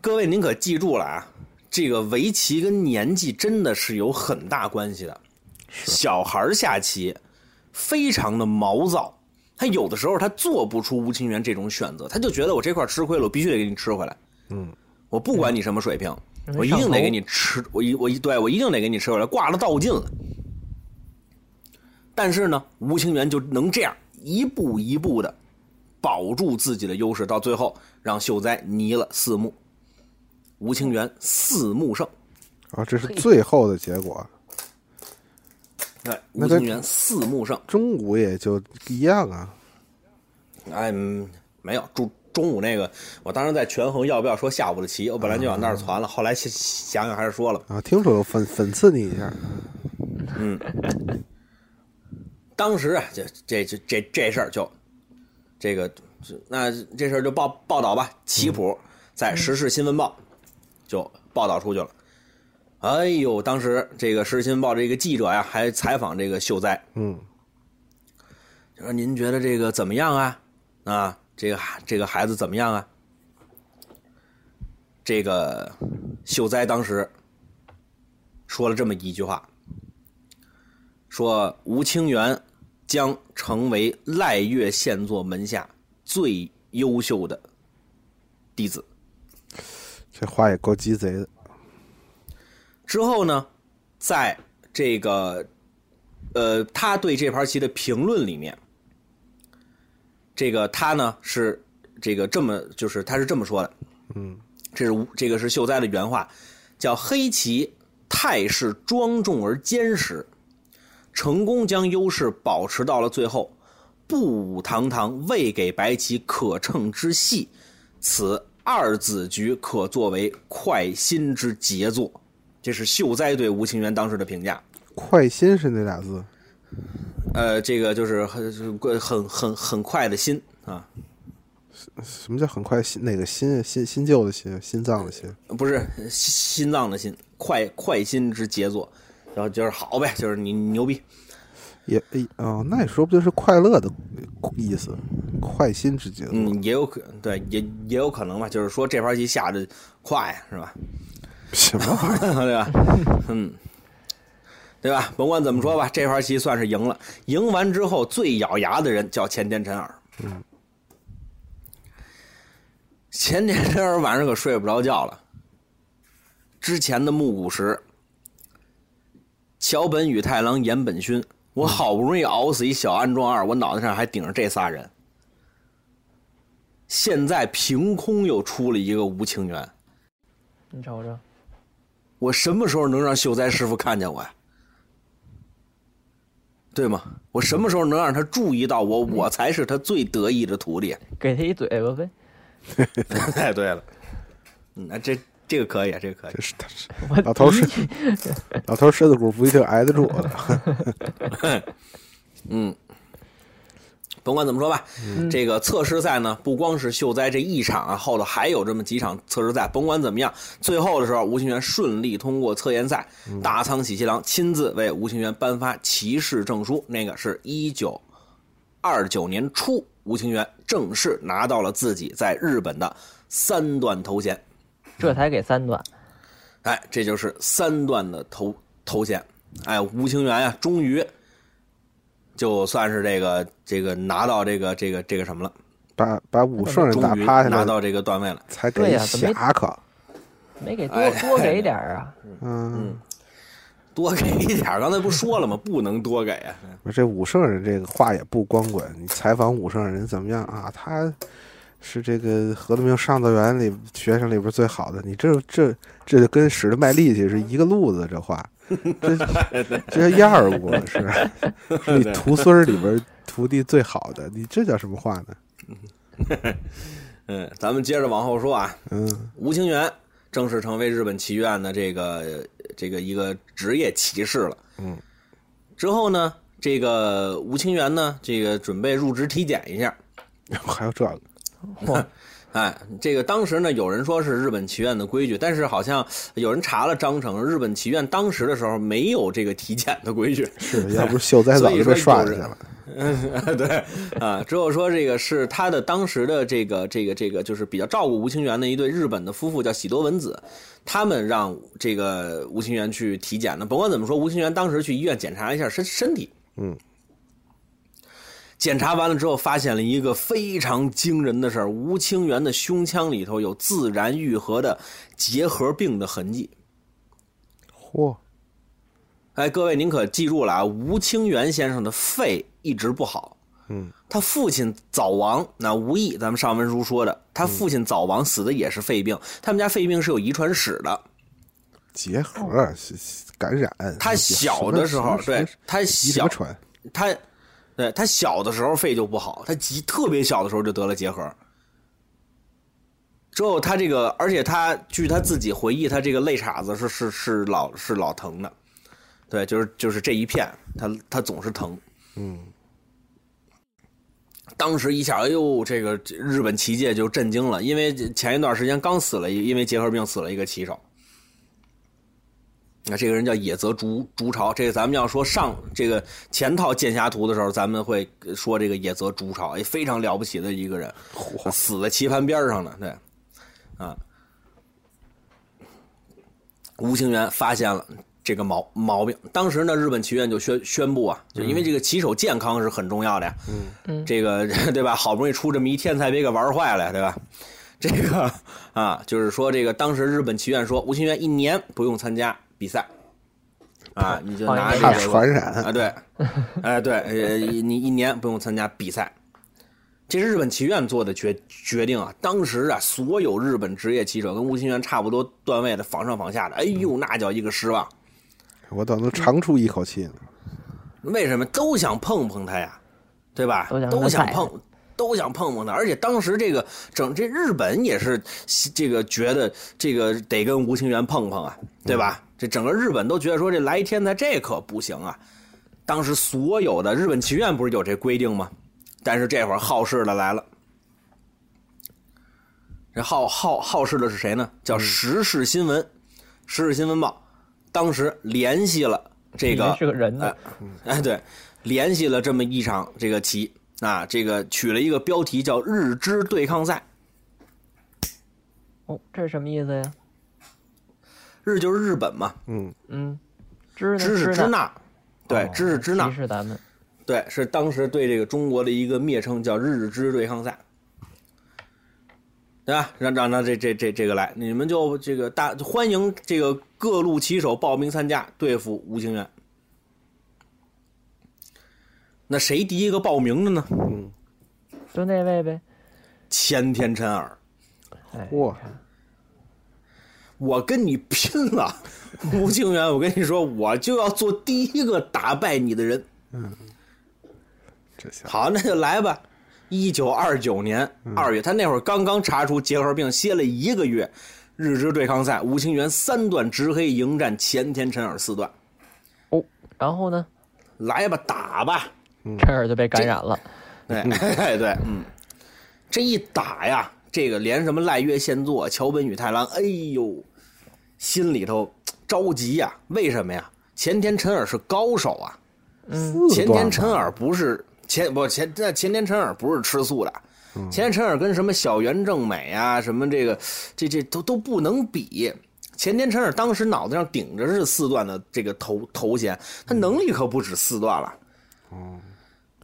各位您可记住了啊，这个围棋跟年纪真的是有很大关系的。小孩儿下棋非常的毛躁，他有的时候他做不出吴清源这种选择，他就觉得我这块吃亏了，我必须得给你吃回来。我不管你什么水平，嗯我一定得给你吃，我一我一对我一定得给你吃回来，挂了道尽了。但是呢，吴清源就能这样一步一步的保住自己的优势，到最后让秀哉泥了四目，吴清源四目胜。啊，这是最后的结果。对，那吴他清源四目胜。中午也就一样啊，哎，嗯没有中中午那个，我当时在权衡要不要说下午的棋，我本来就往那儿传了，后来想想想还是说了吧。啊，听出了讽讽刺你一下，当时啊，这这这这这事儿就，这个这那这事儿就报报道吧，棋谱在《时事新闻报》就报道出去了。哎呦，当时这个《时事新闻报》这个记者呀，还采访这个秀哉，嗯，就说您觉得这个怎么样啊？啊，这个孩这个孩子怎么样啊？这个秀哉当时说了这么一句话，说吴清源将成为赖岳县作门下最优秀的弟子。这话也够鸡贼的。之后呢，在这个呃，他对这盘棋的评论里面，这个他呢是这个这么就是他是这么说的，嗯，这是吴这个是秀哉的原话，叫黑棋态势庄重而坚实，成功将优势保持到了最后，步舞堂堂，未给白棋可乘之隙，此二子局可作为快心之杰作。这是秀哉对吴清源当时的评价。快心是那俩字，呃，这个就是很很很很快的心啊，什么叫很快心？哪个心啊？新新旧的心，心脏的心。不是心心脏的心，快快心之杰作。然后就是好呗，就是你你牛逼。也哎哦，那你说不就是快乐的意思？快心之节奏，嗯，也有可对，也也有可能吧，就是说这盘棋下的快是吧？ 什么玩意儿？对吧？嗯，对吧？甭管怎么说吧，这盘棋算是赢了。赢完之后，最咬牙的人叫前田辰尔。嗯，前田辰尔晚上可睡不着觉了。之前的木谷实、桥本与太郎、岩本勋，我好不容易熬死一小安庄二，我脑袋上还顶着这仨人。现在凭空又出了一个吴清源，你瞅瞅，我什么时候能让秀哉师傅看见我呀？对吗？我什么时候能让他注意到我？我才是他最得意的徒弟。给他一嘴巴呗， 太对了，嗯那、这这个可以，啊这个可以。这是 他是老头身，老头身子骨不一定挨得住的。 嗯甭管怎么说吧，这个测试赛呢，不光是秀哉这一场啊，后头还有这么几场测试赛。甭管怎么样，最后的时候，吴清源顺利通过测验赛，大仓喜七郎亲自为吴清源颁发骑士证书。那个是一九二九年初，吴清源正式拿到了自己在日本的三段头衔。这才给三段。哎，这就是三段的头头衔。哎，吴清源啊，终于就算是这个这个拿到这个这个这个什么了。把把武圣人终嗯打于趴下拿来，到这个段位了。才对给呀怎么也侠客。没给多哎多给点儿啊！嗯，多给一点儿，刚才不说了吗？ 不能多给啊！这武圣人这个话也不光棍。你采访武圣人怎么样啊？他是这个何德明上道园里学生里边最好的。你这这这就跟使着卖力气是一个路子，这话，这这叫燕儿窝是？是你徒孙儿里边徒弟最好的，你这叫什么话呢？ 嗯，咱们接着往后说啊。嗯，吴清源正式成为日本棋院的这个这个一个职业骑士了。嗯，之后呢，这个吴清源呢，这个准备入职体检一下。还有这个。嚯，哎，这个当时呢，有人说是日本棋院的规矩，但是好像有人查了章程，日本棋院当时的时候没有这个体检的规矩，是要不是秀哉早就被刷下去了。嗯， 对啊，只有说这个是他的当时的这个这个这个，就是比较照顾吴清源的一对日本的夫妇，叫喜多文子，他们让这个吴清源去体检的。甭管怎么说，吴清源当时去医院检查一下身身体，嗯，检查完了之后，发现了一个非常惊人的事儿：吴清源的胸腔里头有自然愈合的结核病的痕迹。嚯，哎，各位您可记住了啊，吴清源先生的肺一直不好。嗯，他父亲早亡，那无意咱们上文书说的，他父亲早亡死的也是肺病，他们家肺病是有遗传史的。结核是是感染，他小的时候，对他遗什么小传？他，对他小的时候肺就不好，他极特别小的时候就得了结核。之后他这个，而且他据他自己回忆，他这个肋叉子是是是老是老疼的，对，就是就是这一片，他他总是疼。嗯，当时一下，哎呦，这个这日本棋界就震惊了，因为前一段时间刚死了一，因为结核病死了一个棋手。那这个人叫野泽竹竹朝，这个咱们要说上这个前套《剑侠图》的时候，咱们会说这个野泽竹朝，也非常了不起的一个人，死在棋盘边上了。对，啊，吴清源发现了这个毛毛病，当时呢，日本棋院就宣宣布啊，就因为这个棋手健康是很重要的呀，嗯这个 对吧？好不容易出这么一天才别给玩坏了呀，对吧？这个啊，就是说这个当时日本棋院说，吴清源一年不用参加比赛。啊，你就拿这怕个传染啊，对，哎对，呃，你一年不用参加比赛，这是日本棋院做的决决定啊！当时啊，所有日本职业棋手跟吴清源差不多段位的，防上防下的，哎呦，那叫一个失望。我嗯倒能长出一口气呢。为什么都想碰碰他呀？对吧？都想都想让他碰，都想碰碰他。而且当时这个整这日本也是这个觉得这个得跟吴清源碰碰啊，对吧？嗯这整个日本都觉得说这来天才这可不行啊。当时所有的日本棋院不是有这规定吗？但是这会儿好事的来了。这好好好事的是谁呢？嗯叫《时事新闻》，《时事新闻报》当时联系了这以个为是个人呢哎哎，对，联系了这么一场这个棋啊，这个取了一个标题叫“日之对抗赛哦，这是什么意思呀？”，日就是日本嘛，嗯，嗯，支呢支是支支那，那，对，支是支那歧，视哦咱们。对，是当时对这个中国的一个蔑称，叫“日之对抗赛”，对吧？让让让这这这这个来，你们就这个大欢迎这个各路棋手报名参加，对付吴清源。那谁第一个报名的呢？就那位呗。千田辰尔。哎，嚯你看我跟你拼了， 吴清源！我跟你说，我就要做第一个打败你的人。这下好，那就来吧。一九二九年二月，他那会儿刚刚查出结核病，歇了一个月。日职对抗赛，吴清源三段直黑迎战前田辰尔四段，哦，然后呢，来吧，打吧！这儿就被感染了。对， 对，嗯，这一打呀，这个连什么赖月宪作、桥本宇太郎，哎呦，心里头着急呀、为什么呀？前田辰尔是高手啊，四前田段辰吧，尔不是前不前那前田辰尔不是吃素的，前田辰尔跟什么小原正美啊，什么这个这这都都不能比。前田辰尔当时脑袋上顶着是四段的这个头头衔，他能力可不止四段了。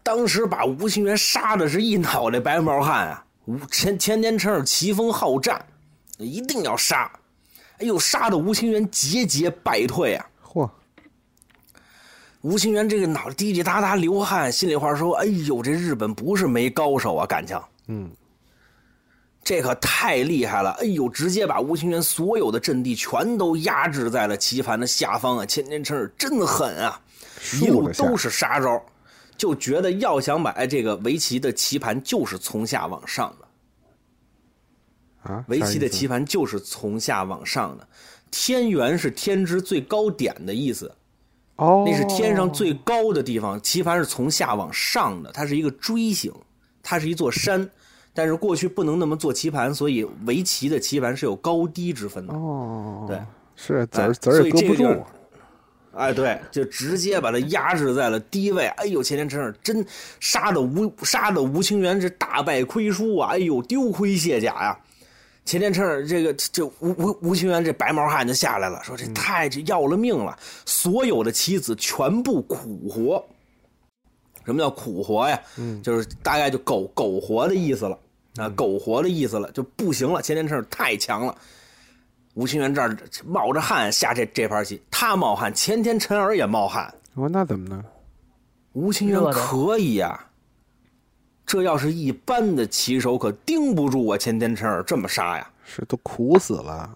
当时把吴清源杀的是一脑袋白毛汗啊！吴前前田辰尔棋风好战，一定要杀。哎呦，杀的吴清源节节败退啊！嚯，吴清源这个脑滴滴答答流汗，心里话说：“哎呦，这日本不是没高手啊，感情，嗯，这可太厉害了！哎呦，直接把吴清源所有的阵地全都压制在了棋盘的下方啊！千年成尔真狠啊，一竖路着下，都是杀招，就觉得要想把哎这个围棋的棋盘就是从下往上的，啊，围棋的啥意思棋盘就是从下往上的，天元是天之最高点的意思。”哦，那是天上最高的地方，棋盘是从下往上的，它是一个锥形，它是一座山，但是过去不能那么做棋盘，所以围棋的棋盘是有高低之分的。哦，对，是子哎儿子儿所以也搁这不个就住啊是，哎，对，就直接把他压制在了低位。哎呦，前田真是真杀的吴杀的吴清源是大败亏输啊！哎呦，丢盔卸甲呀、前田真是这个这吴吴吴清源这白毛汉就下来了，说这太这要了命了，所有的棋子全部苦活。什么叫苦活呀？嗯，就是大概就苟苟活的意思了啊，苟活的意思了，就不行了。前田真是太强了。吴清源这儿冒着汗下这这盘棋，他冒汗，前天陈儿也冒汗，我说那怎么呢？吴清源热的可以呀、这要是一般的棋手，可盯不住我前天陈儿这么杀呀！是都苦死了，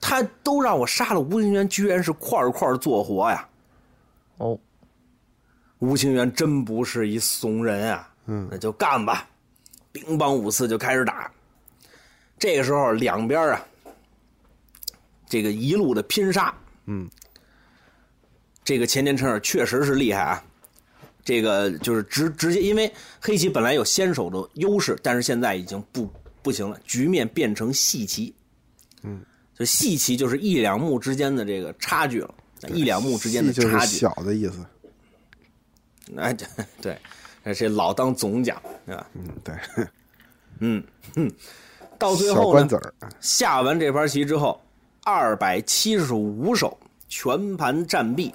他都让我杀了，吴清源居然是块儿块儿做活呀！哦，吴清源真不是一怂人啊！嗯，那就干吧，乒乓五四就开始打。这个时候两边啊，这个一路的拼杀，嗯，这个前田称尔确实是厉害啊。这个就是直直接，因为黑棋本来有先手的优势，但是现在已经不不行了，局面变成细棋。嗯，就细棋就是一两目之间的这个差距了，一两目之间的细就是差距。小的意思， 哎，对对，这这老当总讲啊。嗯，对，到最小后官呢子，儿，下完这盘棋之后，二百七十五手全盘战毕，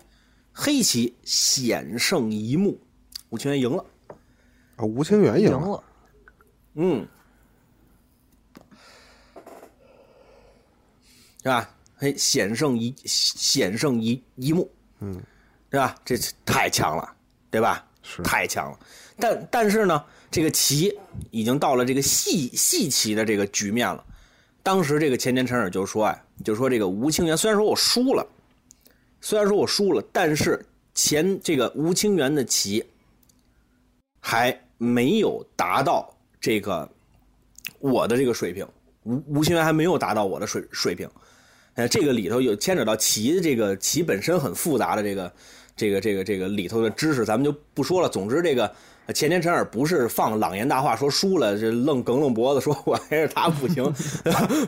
黑棋险胜一目，吴清源赢了。啊，吴清源赢赢了，了，嗯，是吧？嘿，险胜一险胜一一幕，嗯，是吧？这是太强了，对吧？是太强了。但但是呢，这个棋已经到了这个细细棋的这个局面了。当时这个前田诚尔就说呀、就说这个吴清源虽然说我输了，虽然说我输了，但是前这个吴清源的棋还没有达到这个我的这个水平，吴吴清源还没有达到我的水水平。呃，这个里头有牵扯到棋的这个棋本身很复杂的这个这个这个这个里头的知识，咱们就不说了。总之，这个呃前田诚尔不是放朗言大话说输了，这愣梗愣脖子说我还是他不 行，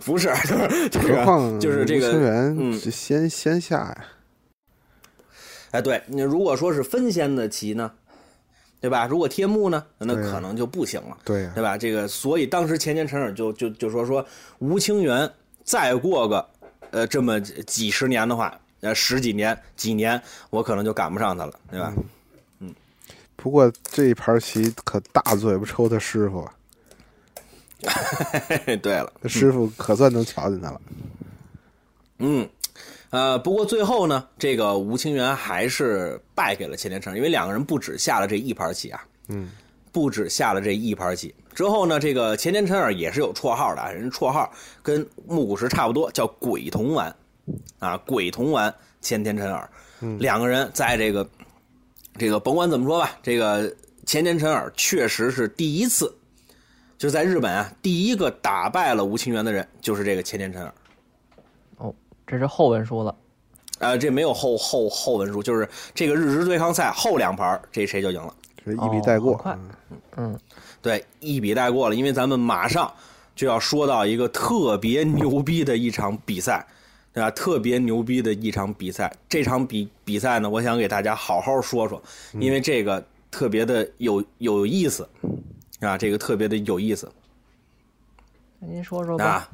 不是，就是这何个况就是这吴清个，嗯源是先先下呀，哎，对，你如果说是分先的棋呢，对吧？如果贴目呢，那对啊可能就不行了。对啊呀对，吧？这个，所以当时前田诚尔就就就说说吴清源再过个呃这么几几十年的话，呃十几年几年，我可能就赶不上他了，对吧？ 不过这一盘棋可大嘴巴抽他师傅，对了，他师傅可算能瞧见他了，嗯，呃，不过最后呢，这个吴清源还是败给了前田诚，因为两个人不止下了这一盘棋啊，嗯，不止下了这一盘棋。之后呢，这个前田诚尔也是有绰号的啊，人家绰号跟木谷实差不多，叫“鬼童丸”，啊，“鬼童丸”前田诚尔，两个人在这个这个甭管怎么说吧，这个前田诚尔确实是第一次，就在日本啊，第一个打败了吴清源的人就是这个前田诚尔。哦，这是后文书了，呃，这没有后后后文书，就是这个日职对抗赛后两盘儿，这谁就赢了。这一笔带过哦很快，嗯嗯，对，一笔带过了，因为咱们马上就要说到一个特别牛逼的一场比赛，对吧？特别牛逼的一场比赛，这场比比赛呢，我想给大家好好说说，因为这个特别的有有意思啊，这个特别的有意思。那您说说吧，啊，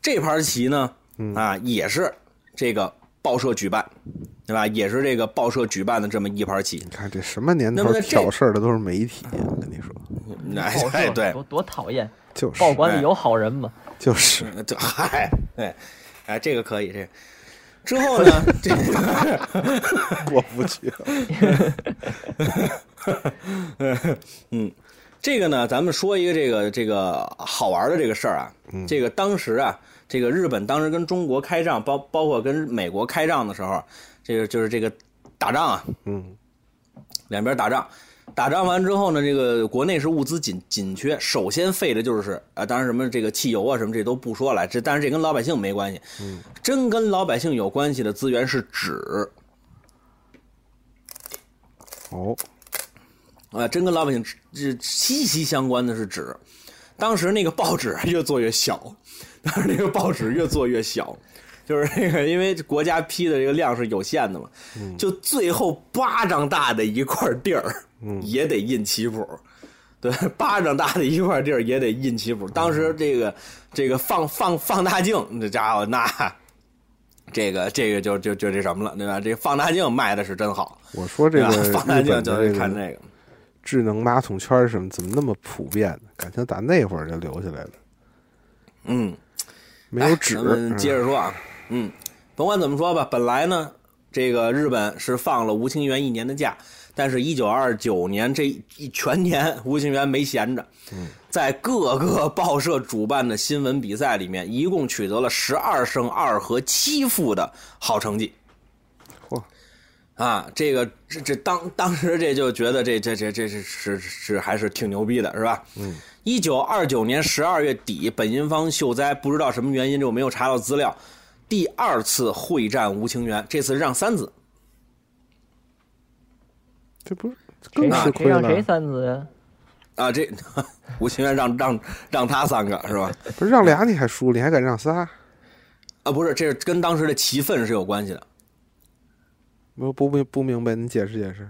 这盘棋呢，啊，也是这个报社举办，对吧？也是这个报社举办的这么一盘棋。你看这什么年那头么在这啊挑事儿的都是媒体，我跟你说，哎报社哎，对，哎多多讨厌，就是报馆里有好人吗？ 就是，这嗨，对，哎，这个可以，这个。之后呢，这嗯过不去了。这个呢，咱们说一个这个这个好玩的这个事儿啊，这个当时啊，这个日本当时跟中国开战，包包括跟美国开仗的时候，这个就是这个打仗啊，嗯，两边打仗，打仗完之后呢，这个国内是物资紧紧缺，首先废的就是啊、当然什么这个汽油啊什么这都不说了，这但是这跟老百姓没关系，嗯，真跟老百姓有关系的资源是纸，哦，啊、啊，真跟老百姓这息息相关的是纸。当时那个报纸啊越做越小，当时那个报纸越做越小，就是那个因为国家批的这个量是有限的嘛，嗯就最后巴掌大的一块地儿嗯也得印棋谱。对，巴掌大的一块地儿也得印棋谱。当时这个这个放放放大镜，这家伙那这个这个就就就这什么了，对吧？这个放大镜卖的是真好，我说这个对吧啊放大日镜本就的这是看个这个。智能马桶圈儿什么，怎么那么普遍呢？感情打那会儿就留下来了，嗯，没有纸哎咱。们接嗯着说啊，嗯，甭管怎么说吧，本来呢，这个日本是放了吴清源一年的假，但是1929年这一全年吴清源没闲着，嗯在各个报社主办的新闻比赛里面，一共取得了12胜2和7负的好成绩。嚯，啊，这个这这当当时这就觉得这这这这是是是还是挺牛逼的，是吧？嗯。一九二九年十二月底，本因坊秀哉不知道什么原因，这我没有查到资料，第二次会战吴清源，这次让三子。这不是谁更吃亏谁让谁了？三子呀？啊，这 吴清源让让让他三个是吧？不是让俩你还输，你还敢让仨？啊，不是，这是跟当时的棋愤是有关系的。我不明不明白，你解释解释。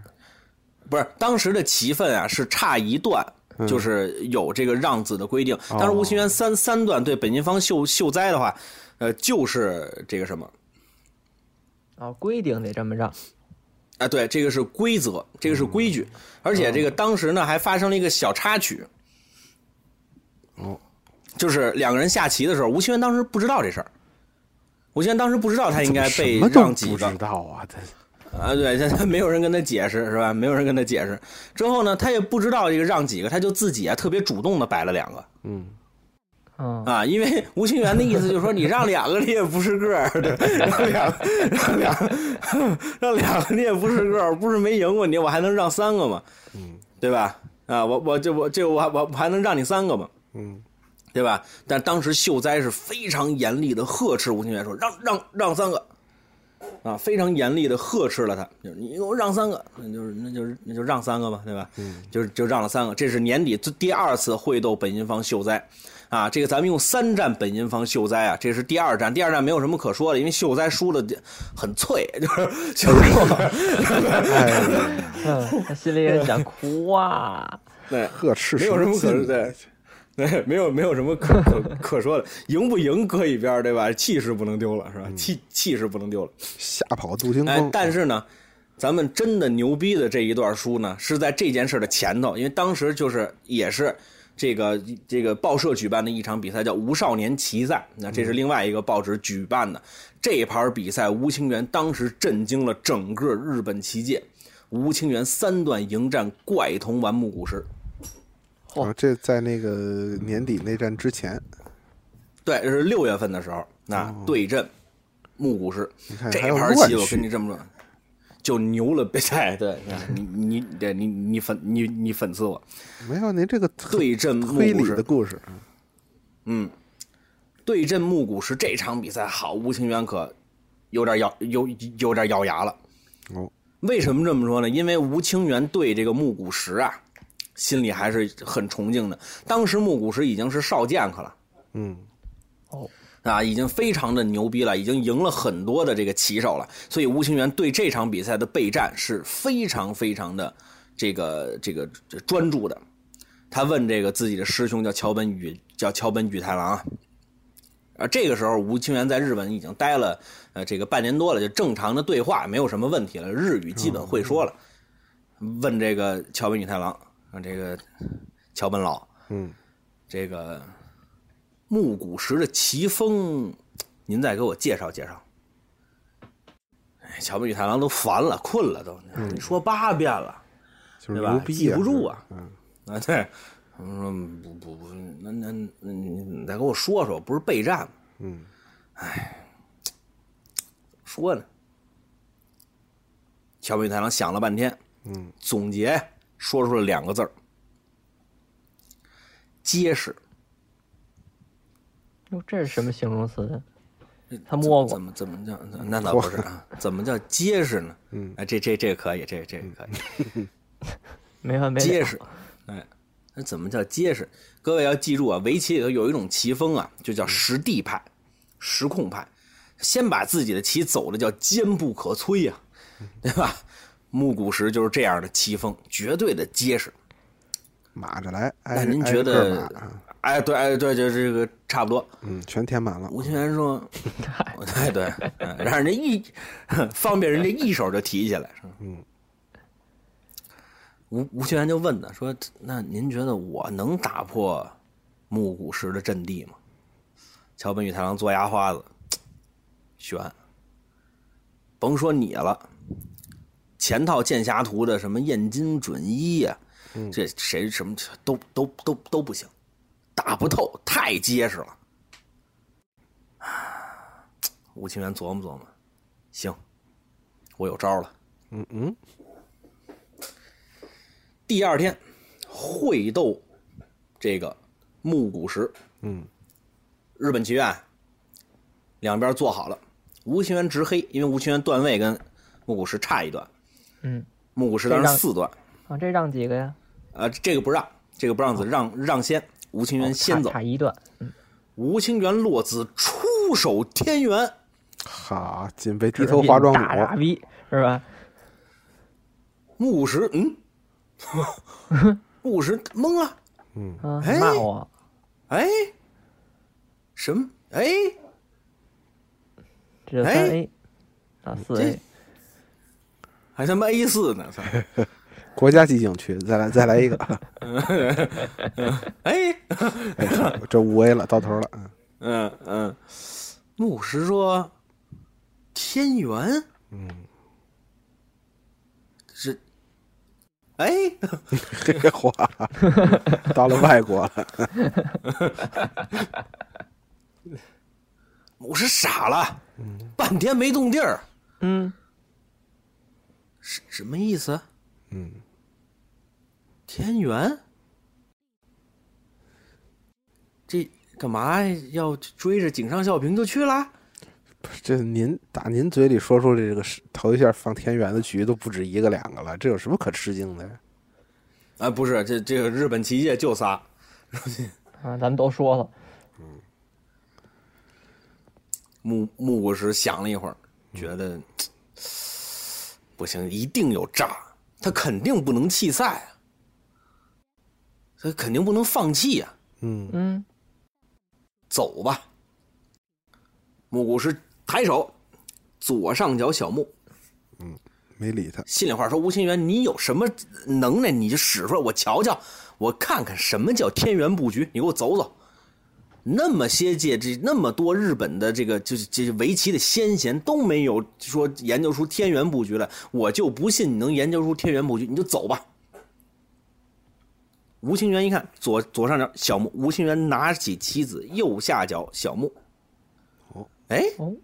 不是当时的棋分啊，是差一段，嗯就是有这个让子的规哦定。当时吴清源三三段对本因坊秀秀哉的话，呃，就是这个什么啊，规定得这么让。啊？对，这个是规则，这个是规矩。嗯而且这个当时呢，还发生了一个小插曲。哦，就是两个人下棋的时候，吴清源当时不知道这事儿。吴清源当时不知道他哎应该怎被么什么让都几不个知，道啊！这啊，对，现在没有人跟他解释是吧？没有人跟他解释。之后呢，他也不知道这个让几个，他就自己啊特别主动的摆了两个嗯，嗯，啊，因为吴清源的意思就是说你让两个你也不是个儿，对，让两个让两个让两个你也不是个儿，不是没赢过你，我还能让三个嘛，嗯，对吧？啊，我我这我这我还我我还能让你三个嘛，嗯，对吧？但当时秀哉是非常严厉的呵斥吴清源说让让让三个。啊，非常严厉的呵斥了他，就是你给我让三个，那就是那就是那就让三个吧，对吧？嗯，就是就让了三个，这是年底最第二次会斗本因坊秀哉，啊，这个咱们用三战本因坊秀哉啊，这是第二战，第二战没有什么可说的，因为秀哉输的很脆，就是 就是哎，嗯，他心里也想哭啊。对，呵斥没有什么可劲对，对，没有没有什么可可可说的，赢不赢搁一边儿，对吧？气势不能丢了，是吧？气气势不能丢了。吓跑杜兴哎风，，但是呢，咱们真的牛逼的这一段书呢，是在这件事的前头，因为当时就是也是这个这个报社举办的一场比赛，叫吴少年棋赛，那这是另外一个报纸举办的、这盘比赛，吴清源当时震惊了整个日本棋界。吴清源三段迎战怪童丸木古时，啊，这在那个年底内战之前，对，这是六月份的时候，那对阵木古师，哦你看这还有盘乱棋我序跟你这么说，就牛了呗！哎对， 你你对你你粉你你粉刺 我，没有您这个推对阵木推古理的师，故事，嗯对阵木古师这场比赛好，吴清源可有点咬有有点咬牙了。哦，为什么这么说呢？因为吴清源对这个木古石啊，心里还是很崇敬的。当时木古石已经是少剑客了。嗯，哦，啊，已经非常的牛逼了，已经赢了很多的这个棋手了，所以吴清源对这场比赛的备战是非常非常的这个这个这专注的。他问这个自己的师兄叫桥本宇，叫桥本宇太郎啊。而这个时候，吴清源在日本已经待了呃这个半年多了，就正常的对话没有什么问题了，日语基本会说了。问这个桥本宇太郎啊，这个桥本老，嗯，这个木古石的奇峰，您再给我介绍介绍。哎，桥本宇太郎都烦了，困了都，你说八遍了嗯就是对吧牛逼记啊，不住啊嗯，啊？对，嗯，不不不，那那那你你再给我说说，不是备战吗？哎嗯，说呢？桥本太郎想了半天，嗯，总结说出了两个字儿：结实。哟，这是什么形容词？他摸过怎么怎么叫？那倒嗯不是啊，怎么叫结实呢？嗯，哎，这这这个可以，这这个可以。没完没了。结实。哎，那怎么叫结实？各位要记住啊，围棋里头有一种棋风啊，就嗯叫实地派、实控派。先把自己的棋走的叫坚不可摧呀、对吧？木谷实就是这样的棋风，绝对的结实。码着来，那挨您觉挨个得码啊哎，对，哎，对，就这个差不多。嗯，全填满了。吴清源说：“对对，嗯让人家一 方便人家一手就提起来。”嗯。吴吴清源就问他说：“那您觉得我能打破木谷实的阵地吗？”桥本宇太郎做牙花子，悬。甭说你了，前套《剑侠图》的什么燕京准一呀、这谁什么都都都都不行，打不透，太结实了。吴清源琢磨琢磨，行，我有招了。嗯嗯，第二天，会斗这个木谷实，嗯，日本棋院两边坐好了。吴清源执黑，因为吴清源段位跟木谷实差一段，嗯，木谷实当时这让四段，啊，这让几个呀？呃，这个不让，这个不让子让让先，吴清源先差走。哦差一段，吴清源落子出手天元，好，仅被低头化妆大舞傻。逼是吧？木谷实嗯， 木谷实懵了。啊哎，骂我，哎，什么？哎，这哎三 A 啊四 A，还他妈 A 四呢！操！国家级景区，再来再来一个， 哎，哎这五 A 了，到头了。嗯嗯嗯，牧师说：“天元，嗯，是，哎， 这个话到了外国了， 牧师傻了，半天没动地儿，嗯，什什么意思？嗯，天元，这干嘛要追着井上孝平就去了？这您打您嘴里说出这个是头一下放天元的局都不止一个两个了，这有什么可吃惊的呀？啊，不是，这这个日本棋界就仨。”啊，咱们都说了，木木谷实想了一会儿，觉得、不行，一定有诈，他肯定不能弃赛啊，他肯定不能放弃啊呀、嗯，嗯，走吧。木谷实抬手，左上角小木，没理他。心里话说：“吴清源，你有什么能耐，你就使出来，我瞧瞧，我看看什么叫天元布局，你给我走走。”那么些届这那么多日本的这个就是这围棋的先贤都没有说研究出天元布局来，我就不信你能研究出天元布局，你就走吧。吴清源一看左左上角小木，吴清源拿起棋子，右下角小木。哦，哎，哦，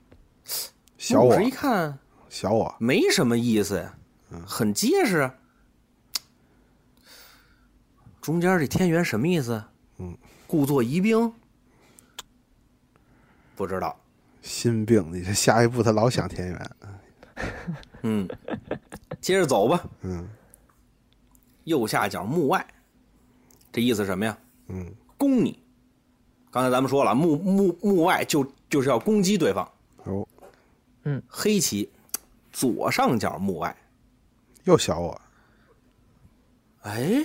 小木我石，一看，小我，没什么意思呀，嗯很结实啊。中间这天元什么意思？嗯，故作疑兵？不知道。心病，你这下一步他老想天元，嗯，接着走吧。嗯，右下角目外，这意思什么呀？嗯，攻你。刚才咱们说了，目目目外就就是要攻击对方。哦，黑棋左上角目外，又小我，哎，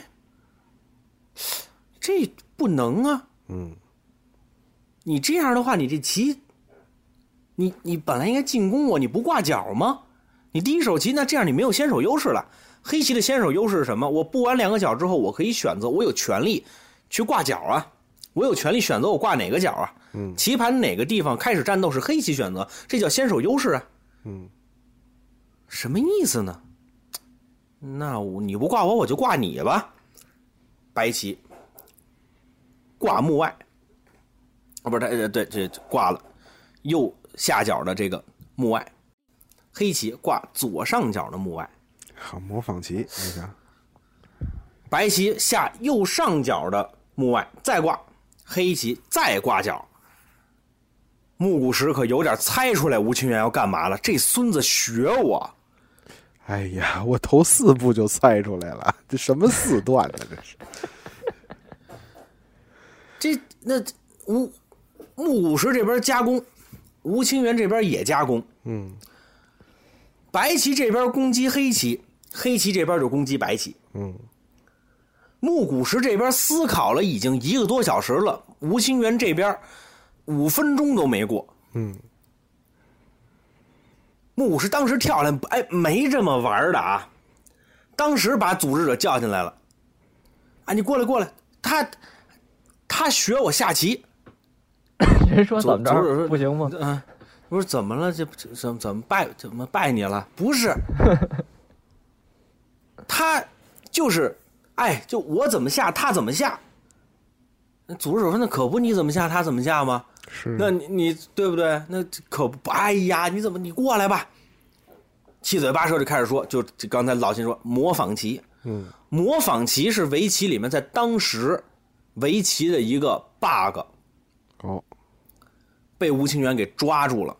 这不能啊！嗯，你这样的话，你这棋，你你本来应该进攻啊我，你不挂角吗？你第一手棋，那这样你没有先手优势了。黑棋的先手优势是什么？我布完两个角之后，我可以选择，我有权利去挂角啊，我有权利选择我挂哪个角啊。嗯，棋盘哪个地方开始战斗是黑棋选择，这叫先手优势啊。嗯，什么意思呢？那我你不挂我，我就挂你吧。白棋挂目外，啊，不是，对对对，这挂了右下角的这个目外，黑棋挂左上角的目外，好模仿 棋，你看，白棋下右上角的目外，再挂黑棋，再挂角。木谷实可有点猜出来吴清源要干嘛了，这孙子学我，哎呀，我头四步就猜出来了， 这什么四段呢？这是这那吴木五十这边加工，吴清源这边也加工，嗯，白棋这边攻击黑棋，黑棋这边就攻击白棋。嗯，木古石这边思考了已经一个多小时了，吴清源这边五分钟都没过。嗯，木古石当时跳下来，哎，没这么玩的啊！当时把组织者叫进来了，啊，你过来过来，他他学我下棋，人说怎么组织者着说不行吗？嗯，不是怎么了？这这怎怎么拜怎么拜你了？不是， 他就是，哎，就我怎么下他怎么下。那组织者说：“那可不，你怎么下他怎么下吗？是那你你对不对？那可不，哎呀，你怎么你过来吧？”七嘴八舌就开始说，就就刚才老秦说模仿棋，嗯，模仿棋是围棋里面在当时围棋的一个 bug， 哦，被吴清源给抓住了。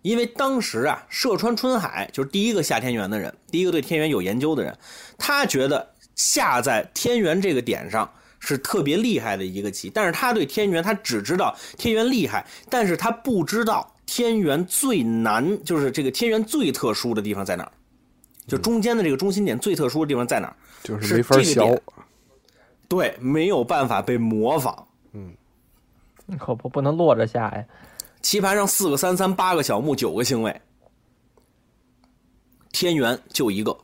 因为当时啊，涉川春海就是第一个下天元的人，第一个对天元有研究的人，他觉得下在天元这个点上是特别厉害的一个棋，但是他对天元，他只知道天元厉害，但是他不知道天元最难，就是这个天元最特殊的地方在哪儿，就中间的这个中心点最特殊的地方在哪儿？嗯就是是没法这个学，点对，没有办法被模仿。可不不能落着下呀。棋盘上四个三三，八个小目，九个星位，天元就一个。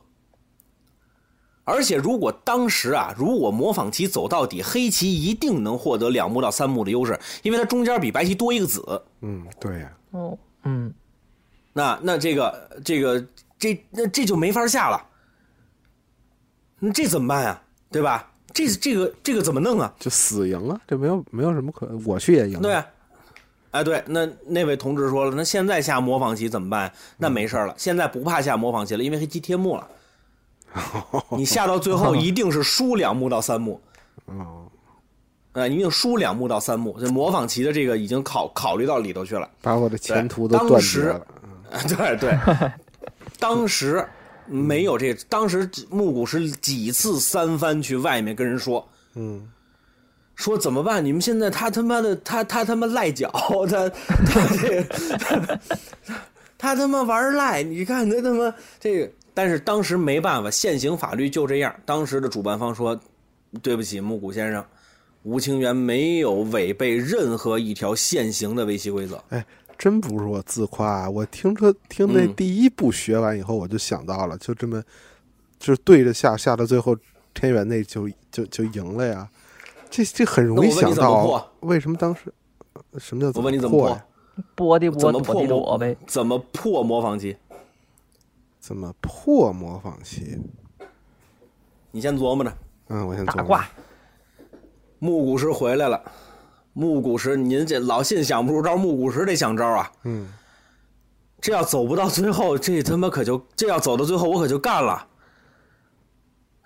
而且如果当时啊，如果模仿棋走到底，黑棋一定能获得两目到三目的优势，因为它中间比白棋多一个子。嗯，对呀、哦，嗯，那那这个这个这那这就没法下了，那这怎么办啊？对吧？这这个这个怎么弄啊？就死赢啊，这没有没有什么可，我去也赢，对，啊，哎，对，那那位同志说了，那现在下模仿棋怎么办？那没事儿了，现在不怕下模仿棋了，因为黑棋贴目了。你下到最后一定是输两目到三目，哦，呃，一定输两目到三目。这模仿棋的这个已经考考虑到里头去了。把我的前途都啊当断绝时了， 对对，当时没有这，当时木谷是几次三番去外面跟人说，嗯，说怎么办？你们现在他他妈的他他他妈赖脚， 他他这个他他妈玩赖，你看他他妈这个。但是当时没办法，现行法律就这样。当时的主办方说：“对不起，木谷先生，吴清源没有违背任何一条现行的围棋规则。哎，真不是我自夸啊！我听说听那嗯第一步学完以后，我就想到了，就这么就是对着下下到最后天元那就就就赢了呀。这这很容那我易问想你怎么到破，为什么当时什么叫我问你怎怎么破呀？拨的拨，怎么躲破的躲模呗。？怎么破模仿棋？怎么破模仿器？你先琢磨着。嗯，我先打琢磨挂，木谷实回来了，木谷实，您这老信想不出招，木谷实得想招啊。嗯，这要走不到最后，这他妈可就这要走到最后，我可就干了。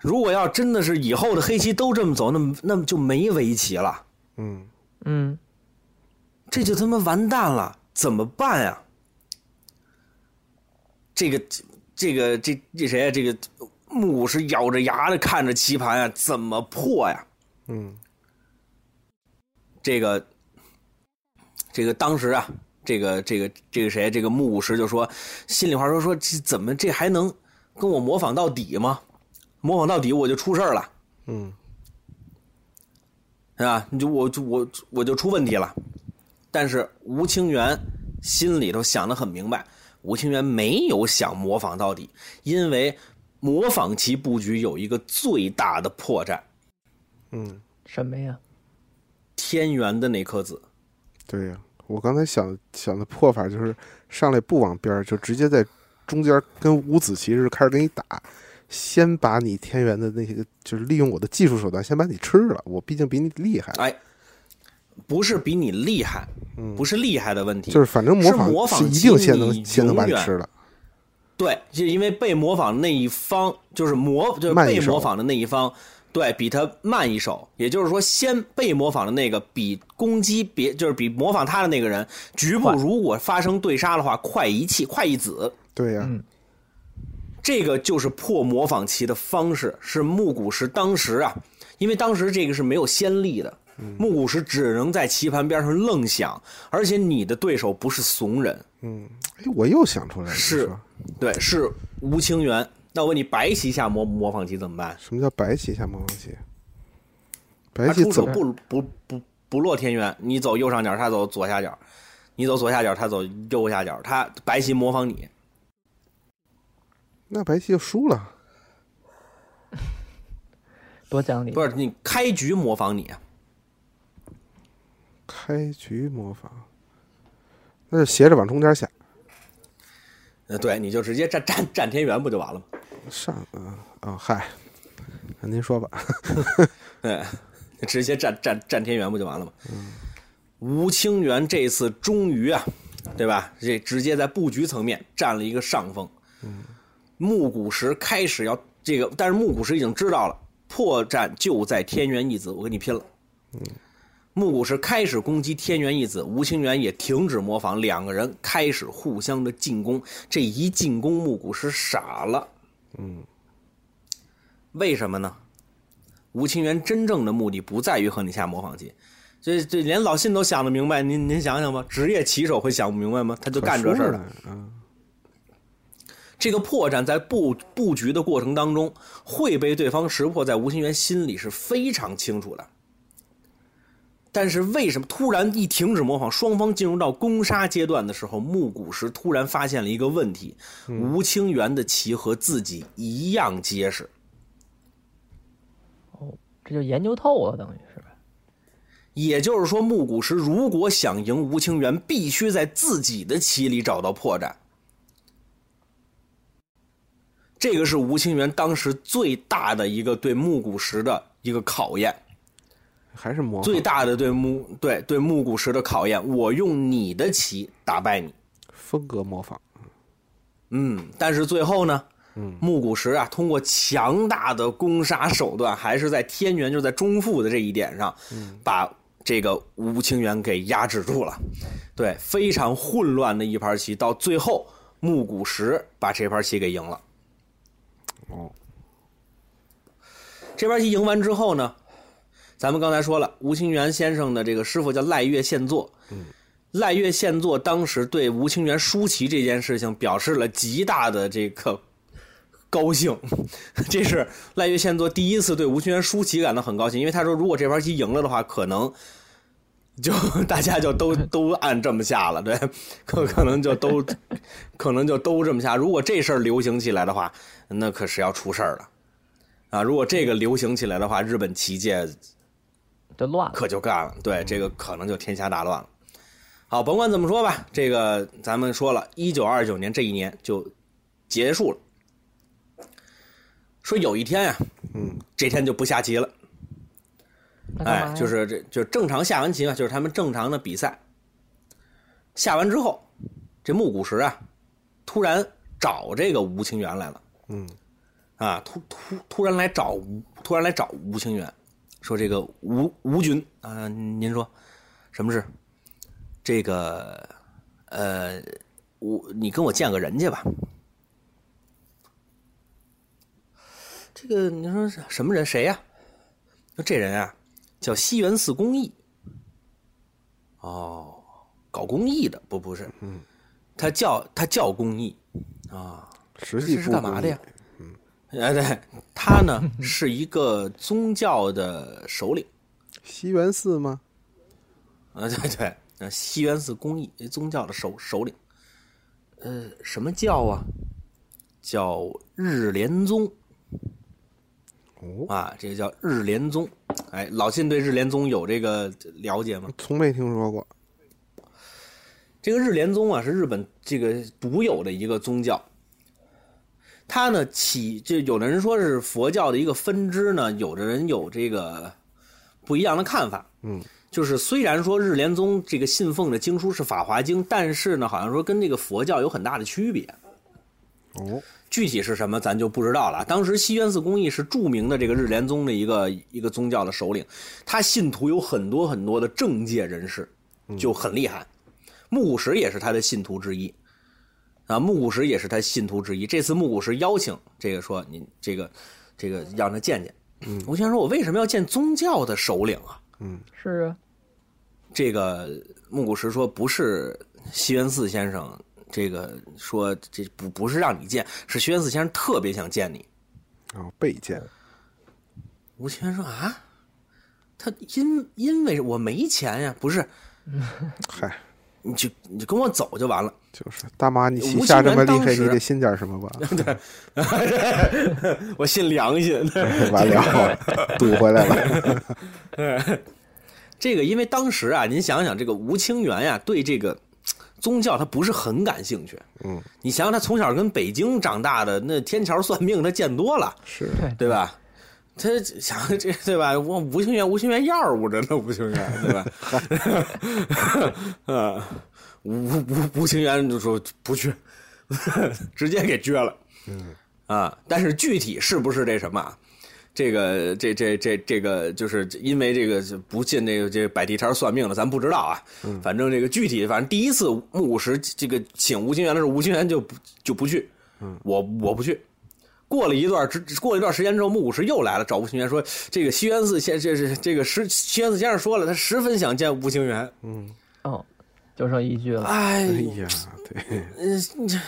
如果要真的是以后的黑棋都这么走，那么那么就没围棋了，嗯，嗯，这就他妈完蛋了，怎么办呀？这个这个这这谁呀、啊这个木谷是咬着牙的看着棋盘啊，怎么破呀？嗯，这个这个当时啊，这个这个这个谁，这个木武石就说，心里话说说这怎么这还能跟我模仿到底吗？模仿到底我就出事儿了，嗯，是吧？你就我就我我就出问题了。但是吴清源心里头想的很明白，吴清源没有想模仿到底，因为模仿棋布局有一个最大的破绽，嗯，什么呀？天元的那颗子。对呀、我刚才想想的破法就是上来不往边儿，就直接在中间跟五子棋似的开始跟你打，先把你天元的那些，就是利用我的技术手段先把你吃了。我毕竟比你厉害，哎，不是比你厉害，不是厉害的问题，嗯就是反正模是模仿仿一定棋先能你先能把你永远吃了。对，就因为被模仿的那一方，就是模就是慢一被手模仿的那一方，对比他慢一手，也就是说，先被模仿的那个比攻击别就是比模仿他的那个人局部快如果发生对杀的话，快一气快一子，对呀、嗯这个就是破模仿旗的方式，是木古石当时啊，因为当时这个是没有先例的，嗯木古石只能在棋盘边上愣想，而且你的对手不是怂人，嗯，哎，我又想出来了，你是说对，是吴清源。那我问你，白棋下模模仿棋怎么办？什么叫白棋下模仿棋？白他棋出手怎不不不不落天元，你走右上角，他走左下角；你走左下角，他走右下角。他白棋模仿你，那白棋就输了。多讲理。不是你开局模仿你，啊开局模仿，那就斜着往中间下呃，对，你就直接 站站站天元不就完了吗？上啊啊、嗨，那您说吧，对，直接站站站天元不就完了吗？吴清源这次终于啊，对吧？这直接在布局层面占了一个上风。木古石开始要这个，但是木古石已经知道了破绽就在天元一子，我跟你拼了。木古石开始攻击天元一子，吴清源也停止模仿，两个人开始互相的进攻。这一进攻，木古石傻了。嗯，为什么呢？吴清源真正的目的不在于和你下模仿棋，这这连老信都想得明白。您您想想吧，职业棋手会想不明白吗？他就干这事儿了。啊、嗯这个破绽在布布局的过程当中会被对方识破，在吴清源心里是非常清楚的。但是为什么突然一停止模仿，双方进入到攻杀阶段的时候，木谷实突然发现了一个问题：吴清源的棋和自己一样结实，哦，这就研究透了，等于是吧？也就是说，木谷实如果想赢吴清源，必须在自己的棋里找到破绽。这个是吴清源当时最大的一个对木谷实的一个考验，还是模仿最大的对木对对木谷实的考验。我用你的棋打败你，风格模仿，嗯，但是最后呢，木谷实啊，通过强大的攻杀手段，还是在天元，就在中腹的这一点上，把这个吴清源给压制住了。对，非常混乱的一盘棋，到最后木谷实把这盘棋给赢了。哦，这盘棋赢完之后呢，咱们刚才说了，吴清源先生的这个师傅叫赖月宪作。赖月宪作当时对吴清源输棋这件事情表示了极大的这个高兴， 这是赖月宪作第一次对吴清源输棋感到很高兴，因为他说如果这盘棋赢了的话，可能就 大家就都都按这么下了，对，可可能就都可能就都这么下。如果这事儿流行起来的话，那可是要出事儿了。啊，如果这个流行起来的话，日本棋界就乱了。可就干了。对，这个可能就天下大乱了。好，甭管怎么说吧，这个咱们说了，一九二九年这一年就结束了。说有一天呀、嗯，这天就不下棋了，那干嘛哎，呀就是这就正常下完棋嘛，就是他们正常的比赛。下完之后，这木谷实啊，突然找这个吴清源来了。嗯，啊，突突突然来找吴，突然来找吴清源，说这个吴吴军啊、您说什么事？这个呃，我你跟我见个人去吧。这个你说是什么人？谁呀、说这人啊，叫西园寺公益。哦，搞公益的不不是，嗯，他叫他叫公益啊，实这际是不干嘛公的益嗯呀？哎，对，他 呢是一个宗教的首领，西园寺吗？啊，对对，呃西园寺公益宗教的首首领，呃，什么教啊？叫日莲宗哦，啊，这个叫日莲宗。哎，老信对日莲宗有这个了解吗？从没听说过。这个日莲宗啊，是日本这个独有的一个宗教。它呢起，就有的人说是佛教的一个分支呢，有的人有这个不一样的看法。嗯，就是虽然说日莲宗这个信奉的经书是《法华经》，但是呢，好像说跟这个佛教有很大的区别。哦，具体是什么咱就不知道了。当时西园寺公益是著名的这个日莲宗的一个一个宗教的首领，他信徒有很多很多的政界人士，就很厉害。木谷实也是他的信徒之一。啊，木古石也是他信徒之一。这次木古石邀请这个说你这个这个让他见见。嗯我想说，我为什么要见宗教的首领啊？嗯是啊，这个木古石说不是西园寺先生，这个说这不不是让你见，是西园寺先生特别想见你。啊，备件吴清源说啊，他因因为我没钱呀，不是，嗨，你就你就跟我走就完了。就是大妈，你吴旗清下这源么厉当害，你时得信点什 么吧？我信良心。 完了，堵回来了。这个因为当时啊，您想想，这个吴清源呀，对这个宗教他不是很感兴趣。嗯，你想想，他从小跟北京长大的，那天桥算命他见多了，是对吧？他想 这对吧？我吴清源，吴清源药物着呢，吴清源对吧？ 嗯，吴吴吴吴清源就说不去， 直接给撅了。嗯啊，但是具体是不是这什么啊？这个这这这这个，就是因为这个不信这个这摆地摊算命的，咱不知道啊。反正这个具体，反正第一次木五十这个请吴清源的时候，吴清源就不就不去，我我不去。过了一段之过了一段时间之后，木五十又来了，找吴清源说：“这个西园寺先这这这个十西园寺先生说了，他十分想见吴清源。哦，就剩一句了。哎哎，呀，对，呃，你这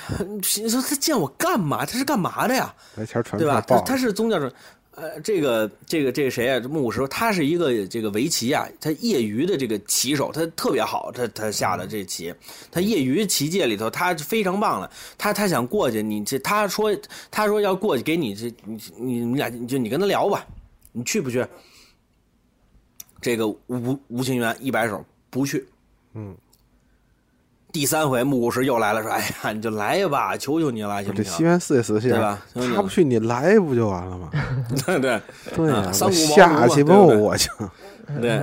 你说他见我干嘛？他是干嘛的呀？来钱传对吧他票？报，他是宗教者，呃，这个这个这个谁啊？这木五十，他是一个这个围棋啊，他业余的这个棋手，他特别好，他他下的这棋，他业余棋界里头他非常棒了。他他想过去，你这他说他说要过去给你这你你你俩你就你跟他聊吧，你去不去？这个吴吴清源一摆手不去，嗯，第三回木五十又来了，说哎呀你就来吧，求求你了，行不这西行？园寺也死信对吧行他不去你来不就完了吗？对 对。对呀，啊三我顾茅下庐嘛去对不对问我去。 嗯对，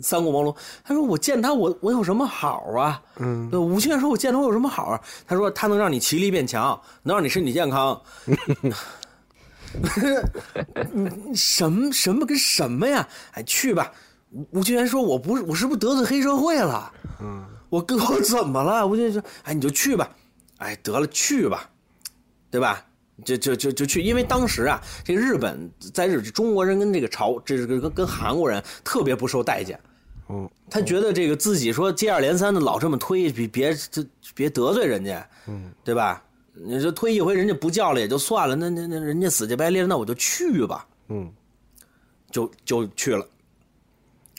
三顾茅庐。他说：“我见他，我我有什么好啊？”嗯，对，吴清源说：“我见他，我有什么好啊？”他说：“他能让你棋力变强，能让你身体健康。 嗯”什么什么跟什么呀？哎，去吧。吴吴清源说：“我不是，我是不是得罪黑社会了？嗯，我跟我怎么了？”吴清源说：“哎，你就去吧。哎，得了，去吧，对吧？”就就就就去，因为当时啊，这个日本在日中国人跟这个朝，这个跟跟韩国人特别不受待见。嗯，他觉得这个自己说接二连三的老这么推，别别这别得罪人家，嗯，对吧？你说推一回人家不叫了也就算了，那那那人家死乞白咧，那我就去吧，嗯，就就去了。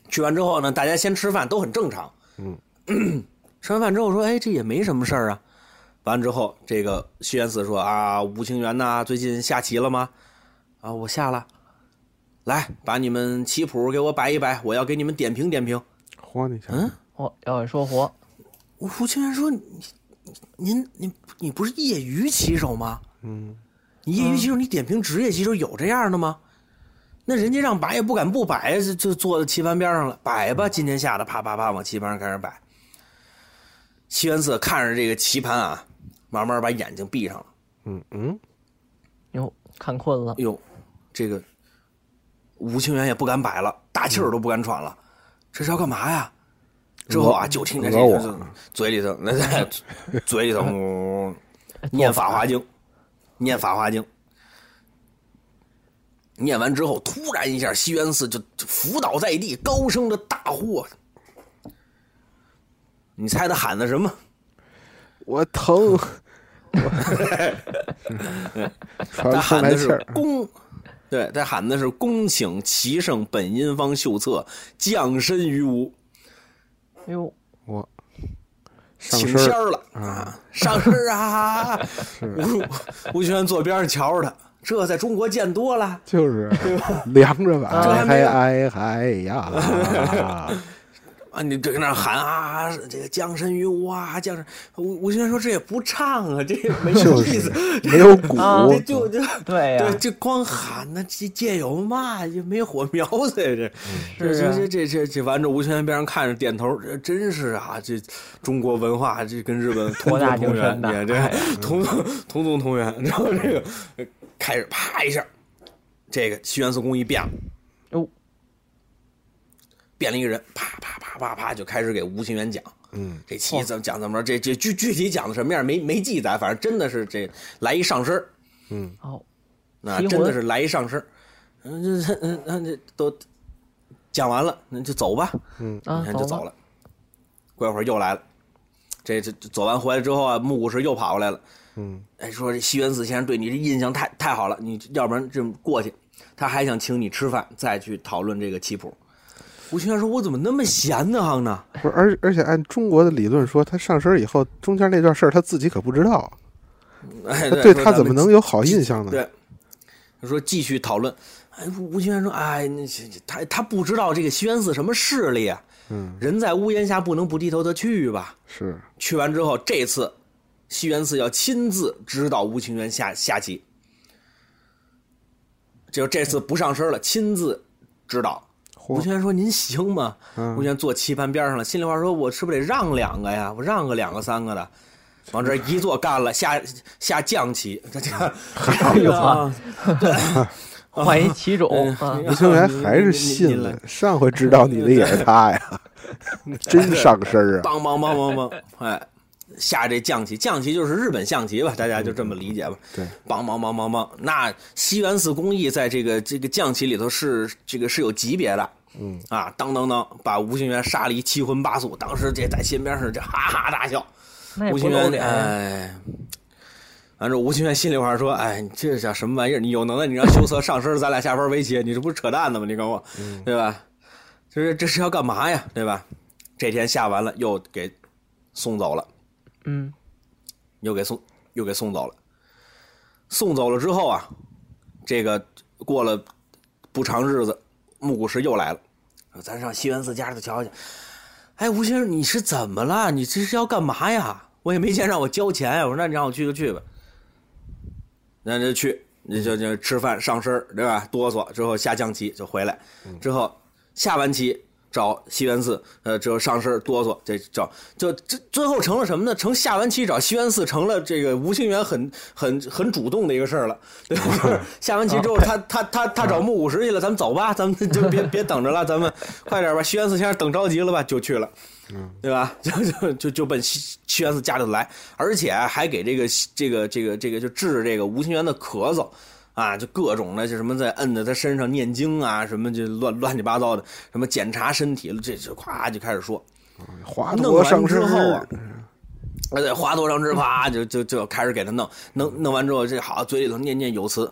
去完之后呢，大家先吃饭都很正常，嗯， 吃完饭之后说，哎，这也没什么事儿啊。完了之后，这个西园寺说啊，吴清源呐、最近下棋了吗？啊，我下了。来，把你们棋谱给我摆一摆，我要给你们点评点评。嚯，你瞧，嗯哦，要是说活，吴吴清源说：“你你您你你不是业余棋手吗？嗯，你业余棋手，你点评职业棋手有这样的吗？那人家让摆也不敢不摆，就就坐在棋盘边上了，摆吧。今天下的啪啪啪往棋盘上开始摆。西园寺看着这个棋盘啊，慢慢把眼睛闭上了。嗯嗯，哟，看困了哎，呦，这个吴清源也不敢摆了，大气儿都不敢喘了，这是要干嘛呀？之后啊，就听见这讹个我字嘴里头那 嘴里头嗡念《法华经》，念《法华经》，念完之后，突然一下，西园寺就就伏倒在地，高声的大呼啊：“你猜他喊的什么？”我疼， 我喘他不上喊来的气是儿。嗯恭，对，他喊的是恭请齐圣本因方秀策降身于吾，哟，我上请身仙儿儿了啊，上身儿 啊！吴吴宣坐边上瞧着他，这在中国见多了， 就是凉着吧，这还哎没嗨哎嗨呀！ 啊，你就跟那儿喊啊，这个降身于吾啊，降身。吴吴宣说这也不唱啊，这也没就是意思，没 有鼓，啊这就就。对呀、对，这光喊呢，这借有嘛，也没火苗子呀，这是啊这这这这这完这吴清源边上看着点头，这真是啊，这中国文化这跟日本同博大宗同精源深，也哎的这同同宗同源。然后这个呃开始啪一下，这个西园寺公一变了，哟，变了一个人，啪啪啪啪啪就开始给吴清源讲，嗯，这期怎么讲怎么着，这这具具体讲的什么样没没记载，反正真的是这来一上身儿嗯，哦，啊，奇真的魂是来一上身儿嗯，这这嗯嗯这都讲完了，那就走吧。啊嗯你，看就走了，了。过一会儿又来了，这这这走完回来之后啊，木古石又跑过来了。嗯，哎，说这西园寺先生对你这印象太太好了，你要不然这么过去，他还想请你吃饭，再去讨论这个棋谱。吴清源说：“我怎么那么闲得慌呢？ 不是，而而且按中国的理论说，他上身以后，中间那段事儿他自己可不知道，哎，他说对他咱怎们么能有好印象呢？对，他说继续讨论。哎，吴吴清源说：“哎，那这这他他不知道这个西园寺什么势力啊。嗯，人在屋檐下，不能不低头，他去吧。是，去完之后，这次西园寺要亲自指导吴清源下下棋，就这次不上身了，亲自指导。吴嚯嗯清源说：“您行吗？”吴清源坐棋盘边上了，心里话说：“我是不是得让两个呀？我让个两个三个的。”往这一坐干了，下下将棋，这这，哎呦呵，换一棋种嗯哎啊，吴清源还是信了，上回指导你的也是 他呀，真上身儿啊！梆梆梆梆梆，哎，下这将棋，将棋就是日本象棋吧，大家就这么理解吧。对，梆梆梆梆梆，那西园寺公益在这个这个将棋里头是这个是有级别的。嗯啊，当当当，把吴清源杀了一七荤八素，当时这在心边是这哈哈大笑。那也吴不清露源脸呀，哎，反正吴清源心里话说：“哎，你这叫什么玩意儿？你有能耐你让修策上身，咱俩下班围棋，你这不是扯淡呢吗？你跟我，嗯对吧？就是这是要干嘛呀？对吧？这天下完了，又给送走了。”嗯，又给送又给送走了。送走了之后啊，这个过了不长日子，木古石又来了，说咱上西园寺家里头瞧瞧。哎，吴先生，你是怎么了？你这是要干嘛呀？我也没见让我交钱呀。我说那你让我去就去吧，那就去，你就就吃饭上身儿对吧？哆嗦之后下降棋就回来，之后下完棋找西园寺，呃，之后上身儿哆嗦，这找就这最后成了什么呢？成下完棋找西园寺成了这个吴清源很很很主动的一个事儿了，对吧？就是下完棋之后，他他他他找木五十去了，咱们走吧，咱们就别别等着了，咱们快点吧，西园寺先生等着急了吧，就去了。对吧？ 就就就就奔西西园寺家里头来，而且还给这个西这个这个这个就治这个吴清源的咳嗽啊，就各种的就什么在摁在他身上念经啊，什么就乱乱七八糟的，什么检查身体了，这这咵就开始说，华弄佗完上身之后啊儿，而且花多长枝啪就就就开始给他弄弄弄完之后，这好嘴里头念念有词。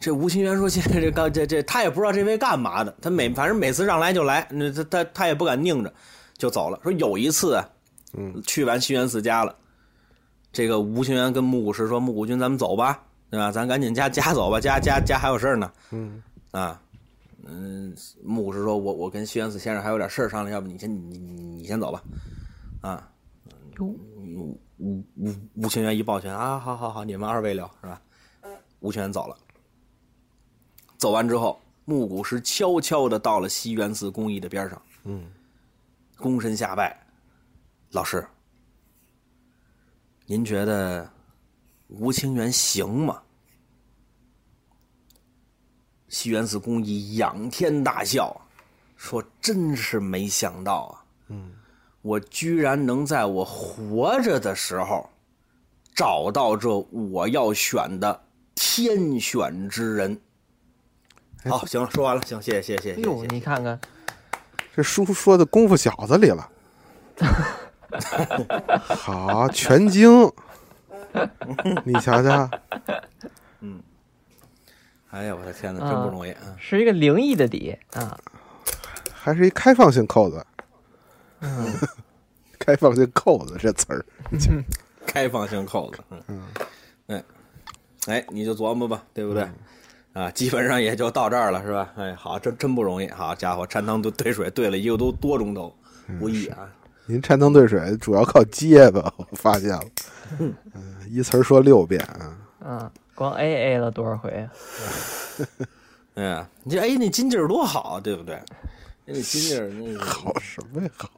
这吴清源说：“现在这刚这这，他也不知道这位干嘛的，他每反正每次让来就来，那他他他也不敢拧着，就走了。说有一次啊，嗯，去完西园寺家了，这个吴清源跟木谷实说：‘木谷君，咱们走吧，对吧？咱赶紧家家走吧，家家家还有事儿呢。’嗯啊，嗯，木谷实说：‘我我跟西园寺先生还有点事儿商量，要不你先你你你先走吧。’啊，哟，吴吴吴吴清源一抱拳啊，好好好，你们二位聊是吧？吴清源走了，走完之后，木谷实悄悄的到了西园寺公益的边上，嗯，躬身下拜，老师，您觉得吴清源行吗？西园寺公益仰天大笑，说：“真是没想到啊！”嗯我居然能在我活着的时候找到这我要选的天选之人。好，行了，说完了，行，谢谢，谢谢，哎谢谢呦，谢谢。你看看，这书说的功夫小子里了。好，全经，你瞧瞧，哎呀，我的天哪，真不容易啊！是一个灵异的底啊，还是一开放性扣子。 开放性扣子这词儿，开放性扣子，嗯，哎，哎，你就琢磨吧，对不对？嗯啊，基本上也就到这儿了，是吧？哎，好，真真不容易，好家伙，掺汤兑兑水兑了一个多多钟头，嗯不易啊！您掺汤兑水主要靠结巴，我发现了。嗯，一词儿说六遍啊。啊，光 A A 了多少回 啊？哎呀，你这哎，那金劲儿多好，啊对不对？那金劲儿，那个好什么呀？好，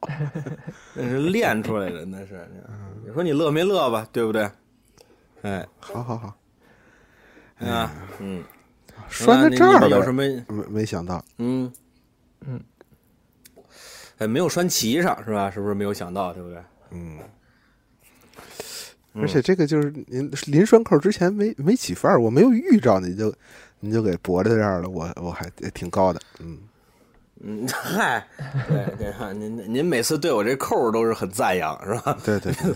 那是练出来的，那是。嗯你说你乐没乐吧，对不对？哎，好好好，啊，嗯，哎拴那到你这你儿们了，有什么？没没想到，嗯嗯。呃，嗯没有拴旗上是吧？是不是没有想到，对不对？嗯，而且这个就是您临拴扣之前没没起范儿，我没有预兆，你就你就给驳在这儿了，我我还挺高的，嗯嗯，嗨，对对哈，您您每次对我这扣儿都是很赞扬，是吧？对对对，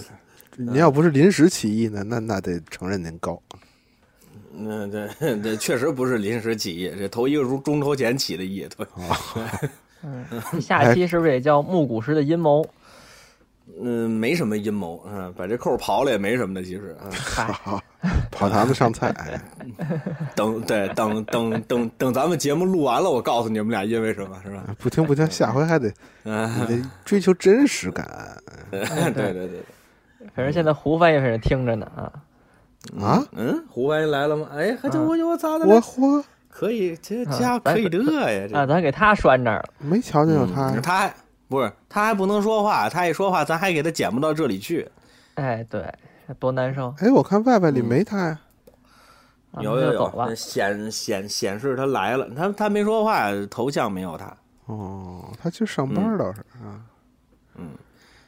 您要不是临时起意呢，那那得承认您高，嗯，对对，确实不是临时起意，这头一个钟钟头前起的意，对，嗯，下期是不是也叫木古师的阴谋？嗯，没什么阴谋，嗯，把这扣儿刨了也没什么的，其实，嗯，嗨，跑堂子上菜，哎等对等等等等咱们节目录完了，我告诉你们俩因为什么，是吧？不听不听，下回还得嗯，你得追求真实感哎对对对，哎反正现在胡翻译反正听着呢啊，啊！嗯，胡万一来了吗？哎，还真啊我我咋的我了？嚯，可以，这啊家咱可以这呀，这嗯啊，咱给他拴这儿了，没瞧见有他呀，他还不是他还不能说话，他一说话，咱还给他剪不到这里去。哎，对，多难受，哎，我看外外里没他呀，啊有那有就走了有，，显显显示他来了，他他没说话，头像没有他。哦，他去上班倒是啊，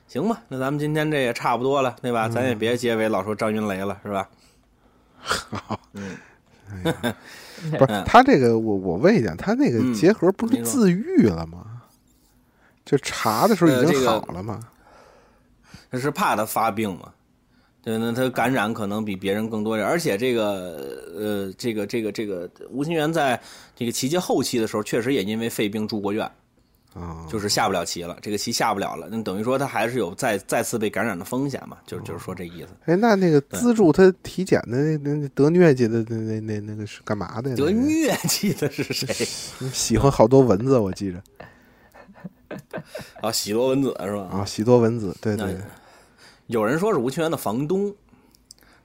行吧，那咱们今天这也差不多了，对吧？咱嗯也别结尾老说张云雷了，是吧？不是他这个我我问一下，他那个嗯结核不是您说自愈了吗？就查的时候呃已这经个好了吗？他是怕他发病嘛？对，那他感染可能比别人更多点，而且这个呃，这个这个这个吴清源在这个棋界后期的时候，确实也因为肺病住过院，啊，就是下不了棋了，这个棋下不了了，那等于说他还是有再再次被感染的风险嘛，就就是说这意思。哎，那那个资助他体检的那那那得疟疾的那那那那个是干嘛的呀？得那 个疟疾的是谁？喜欢好多蚊子，我记着啊，喜多文子是吧？啊，喜多蚊子，对对，有人说是吴清源的房东，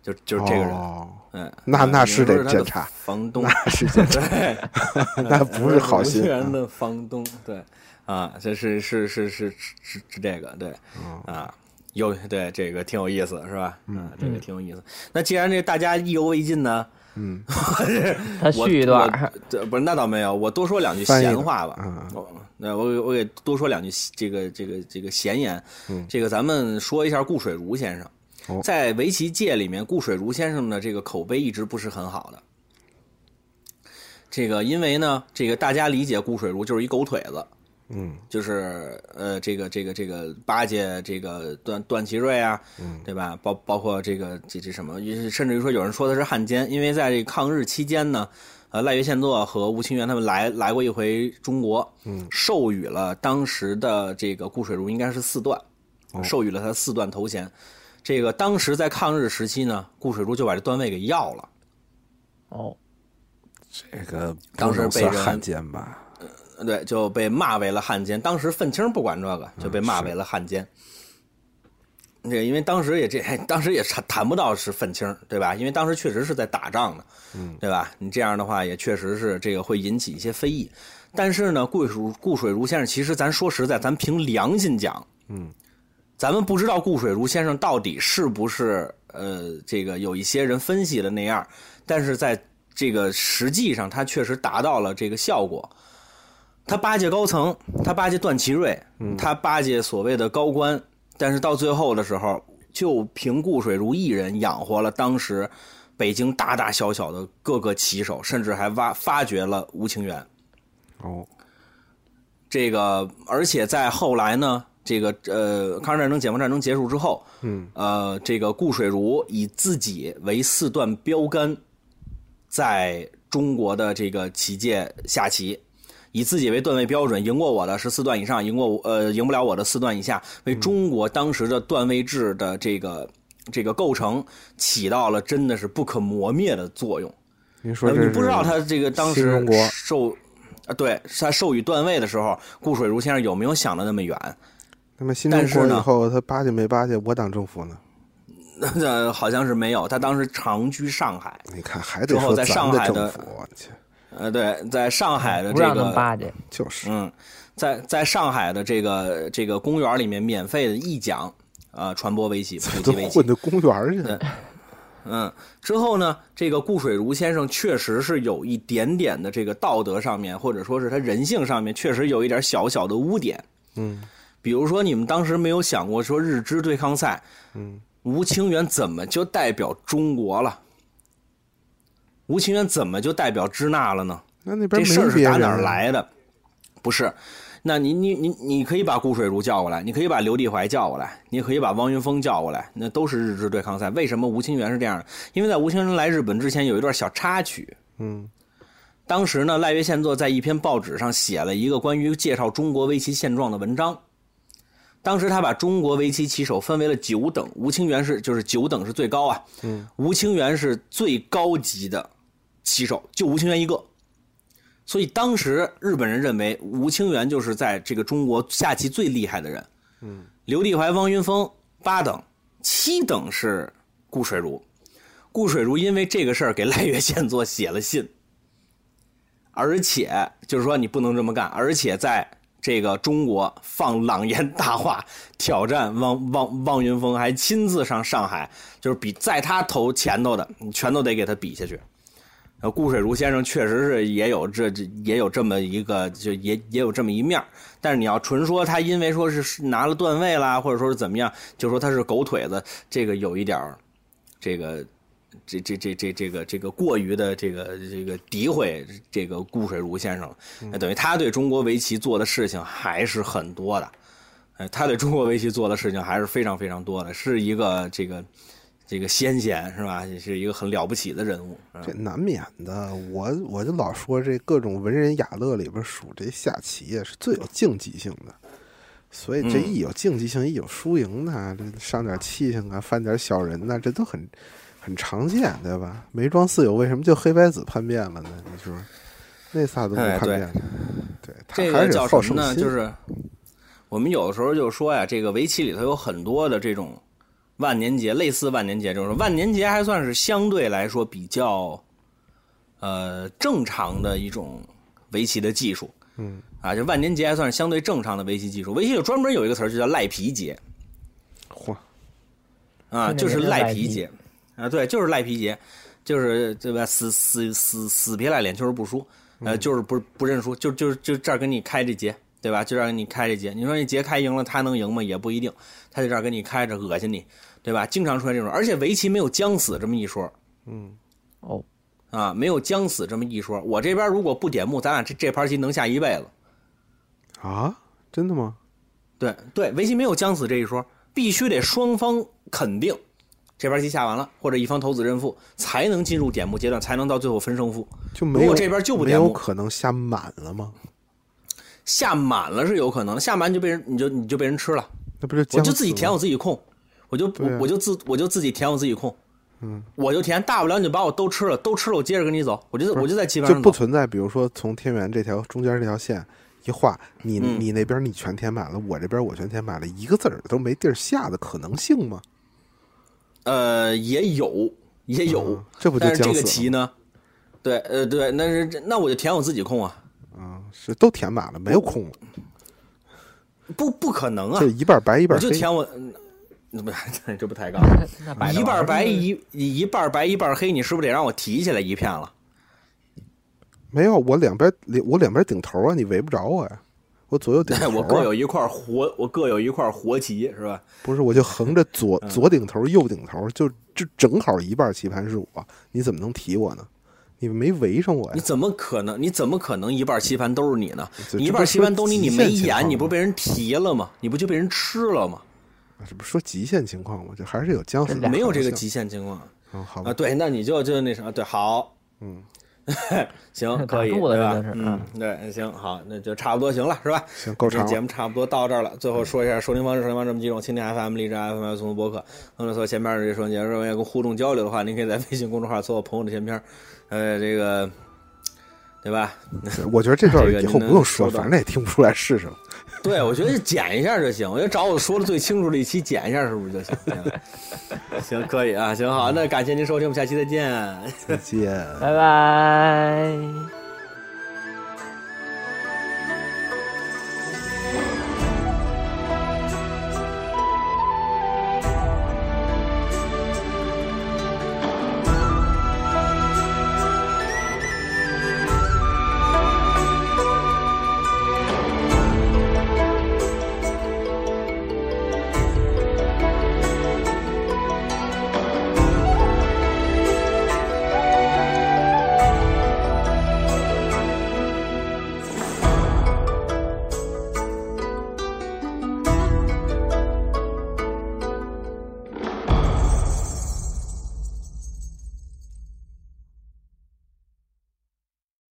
就就是这个人，哦 嗯，那那是得有人说他的检查房 东，那是检查，对， 那不是好吴 心清啊源的房东，对，啊，这是是是是是是这个，对，嗯啊。有对这个挺有意思是吧？嗯，这个挺有意思。那既然这大家意犹未尽呢，嗯，他我续一段儿，我这不是那倒没有，我多说两句翻译闲的话吧。嗯我那我我给多说两句这个这个这个闲言。嗯这个咱们说一下顾水如先生，哦在围棋界里面，顾水如先生的这个口碑一直不是很好的。这个因为呢，这个大家理解顾水如就是一狗腿子，嗯，就是呃，这个这个这个巴结这个段段祺瑞啊，嗯对吧？包包括这个这这什么，甚至于说有人说他是汉奸，因为在这个抗日期间呢，呃，赖岳宪作和吴清源他们来来过一回中国，嗯，授予了当时的这个顾水如应该是四段，哦授予了他四段头衔。这个当时在抗日时期呢，顾水如就把这段位给要了。哦，这个当时不能被算人汉奸吧？对，就被骂为了汉奸。当时愤青不管这个，就被骂为了汉奸。这个因为当时也这， 当时也谈谈不到是愤青，对吧？因为当时确实是在打仗呢，嗯，对吧？你这样的话也确实是这个会引起一些非议。但是呢，顾水如顾水如先生，其实咱说实在，咱凭良心讲，嗯，咱们不知道顾水如先生到底是不是呃，这个有一些人分析的那样，但是在这个实际上，他确实达到了这个效果。他巴结高层，他巴结段祺瑞，他巴结所谓的高官，但是到最后的时候，就凭顾水如一人养活了当时北京大大小小的各个棋手，甚至还挖发掘了吴清源。哦，这个，而且在后来呢，这个呃，抗日战争、解放战争结束之后，嗯，呃，这个顾水如以自己为四段标杆，在中国的这个棋界下棋，以自己为段位标准，赢过我的是四段以上，赢过我呃赢不了我的四段以下，为中国当时的段位制的这个这个构成起到了真的是不可磨灭的作用。您说呃这你不知道是他这个当新时中国授啊，对他授予段位的时候，顾水如先生有没有想的那么远？ 那么新但中国是以呢后他巴结没巴结我党政府呢？那呃好像是没有，他当时长居上海，你看还得之说后在咱上们海政的府，啊我去，呃，对，在上海嗯的不这让他们个巴结，就是嗯，在在上海的这个这个公园里面免费的义讲啊、呃传播围棋，普都及围棋 混。到公园儿去了。嗯，之后呢，这个顾水如先生确实是有一点点的这个道德上面，或者说是他人性上面，确实有一点小小的污点。嗯，比如说，你们当时没有想过说日支对抗赛，嗯，吴清源怎么就代表中国了？吴清源怎么就代表支那了呢？那那这边事儿没是别打人哪儿啊来的？不是，那你你你你可以把顾水如叫过来，你可以把刘地怀叫过来，你也可以把汪云峰叫过来，那都是日支对抗赛。为什么吴清源是这样的？因为在吴清源来日本之前有一段小插曲，嗯当时呢，赖月宪作在一篇报纸上写了一个关于介绍中国围棋现状的文章。当时他把中国围棋棋手分为了九等，吴清源是就是九等是最高啊，嗯，吴清源是最高级的棋手，就吴清源一个。所以当时日本人认为吴清源就是在这个中国下棋最厉害的人。嗯，刘地怀、汪云峰八等，七等是顾水如。顾水如因为这个事儿给赖月宪作写了信，而且就是说你不能这么干，而且在这个中国放朗言大话，挑战汪汪汪云峰，还亲自上上海，就是比在他头前头的，你全都得给他比下去。呃，顾水如先生确实是也有这这也有这么一个，就也也有这么一面儿但是你要纯说他因为说是是拿了段位啦，或者说是怎么样，就说他是狗腿子，这个有一点儿，这个这这这这这个这个过于的这个这个诋毁这个顾水如先生，那等于他对中国围棋做的事情还是很多的，呃，他对中国围棋做的事情还是非常非常多的，是一个这个这个先贤是吧？也是一个很了不起的人物。嗯这难免的，我我就老说这各种文人雅乐里边数这下棋啊是最有竞技性的，所以这嗯一有竞技性，一有输赢呐，这上点气性啊，犯点小人呐、这都很很常见，对吧？梅庄四友为什么就黑白子叛变了呢？你说那仨都不哎叛对变呢？对，他这还个是叫有好什么胜呢？心，就是我们有的时候就说呀，这个围棋里头有很多的这种万年节，类似万年节这种。万年节还算是相对来说比较呃正常的一种围棋的技术嗯，啊，就万年节还算是相对正常的围棋技术。围棋有专门有一个词儿，就叫赖皮节。嚯，啊，现在就是也是赖赖皮皮节，啊，对，就是赖皮节，就是对吧？死死死死皮赖脸，就是不输，呃，就是不不认输，就就就这儿跟你开这节，对吧？就这儿跟你开这节，你说这节开赢了，他能赢吗？也不一定，他在这儿跟你开着，恶心你，对吧？经常出现这种，而且围棋没有将死这么一说嗯，哦，啊，没有将死这么一说。我这边如果不点目，咱俩这这盘棋能下一辈子。啊，真的吗？对对，围棋没有将死这一说，必须得双方肯定这盘棋下完了，或者一方投子认负，才能进入点目阶段，才能到最后分胜负。就如没果有这边就不没点有目可能下满了吗？下满了是有可能的，下满就被人你就你就被人吃了，那不就我僵就自己死填吗我自己空，我就我对啊我就自我就自己填我自己空，嗯，我就填，大不了你就把我都吃了，都吃了我接着跟你走，我就我就在棋盘就上不走，存在，比如说从天元这条中间这条线一画，你、嗯你那边你全填满了，我这边我全填满了，一个字儿都没地儿下的可能性吗？呃，也有也有，嗯这不就但是这僵个死棋了呢，对，呃对，那是这那我就填我自己空啊，啊、是都填满了，没有空了，不不可能啊就，一半白一我半就黑。填我，嗯那不这不抬杠。那摆着一玩半儿白呢一一半白一半黑，你是不是得让我提起来一片了？没有，我两边两我两边顶头啊，你围不着我呀、我左右顶 头、我各啊，有一块活，我各有一块活棋，是吧？不是，我就横着左左顶头，右顶头，就就正好一半棋盘是我，你怎么能提我呢？你没围上我你呀？怎么可能？你怎么可能一半棋盘都是你呢？这你一这半不是棋盘都说你，你极没限情演，况你不是吗被人提了吗？你不就被人吃了吗？啊这不是说极限情况吗？就还是有僵死的俩没有这个可能性极限情况嗯，好吧啊！，对，那你就就那什么，对，好，嗯， 行， 打可以，住了对吧真的是啊嗯，对，行，好，那就差不多行了，是吧？行，够这长了嗯节。目差不多到这儿了。最后说一下收听方式，收听方式这么几种：蜻蜓 FM、荔枝 FM、松松博客。那么说前面的这说，你要是要跟互动交流的话，您可以在微信公众号搜索“朋友的闲篇儿”，呃，这个对吧？对我觉得这段这个以后您不用能说，收到反正也听不出来是什么。对，我觉得剪一下就行。我觉得找我说的最清楚的一期剪一下是不是就行？行， 可以啊，行好，那感谢您收听，我们下期再见。再见。拜拜。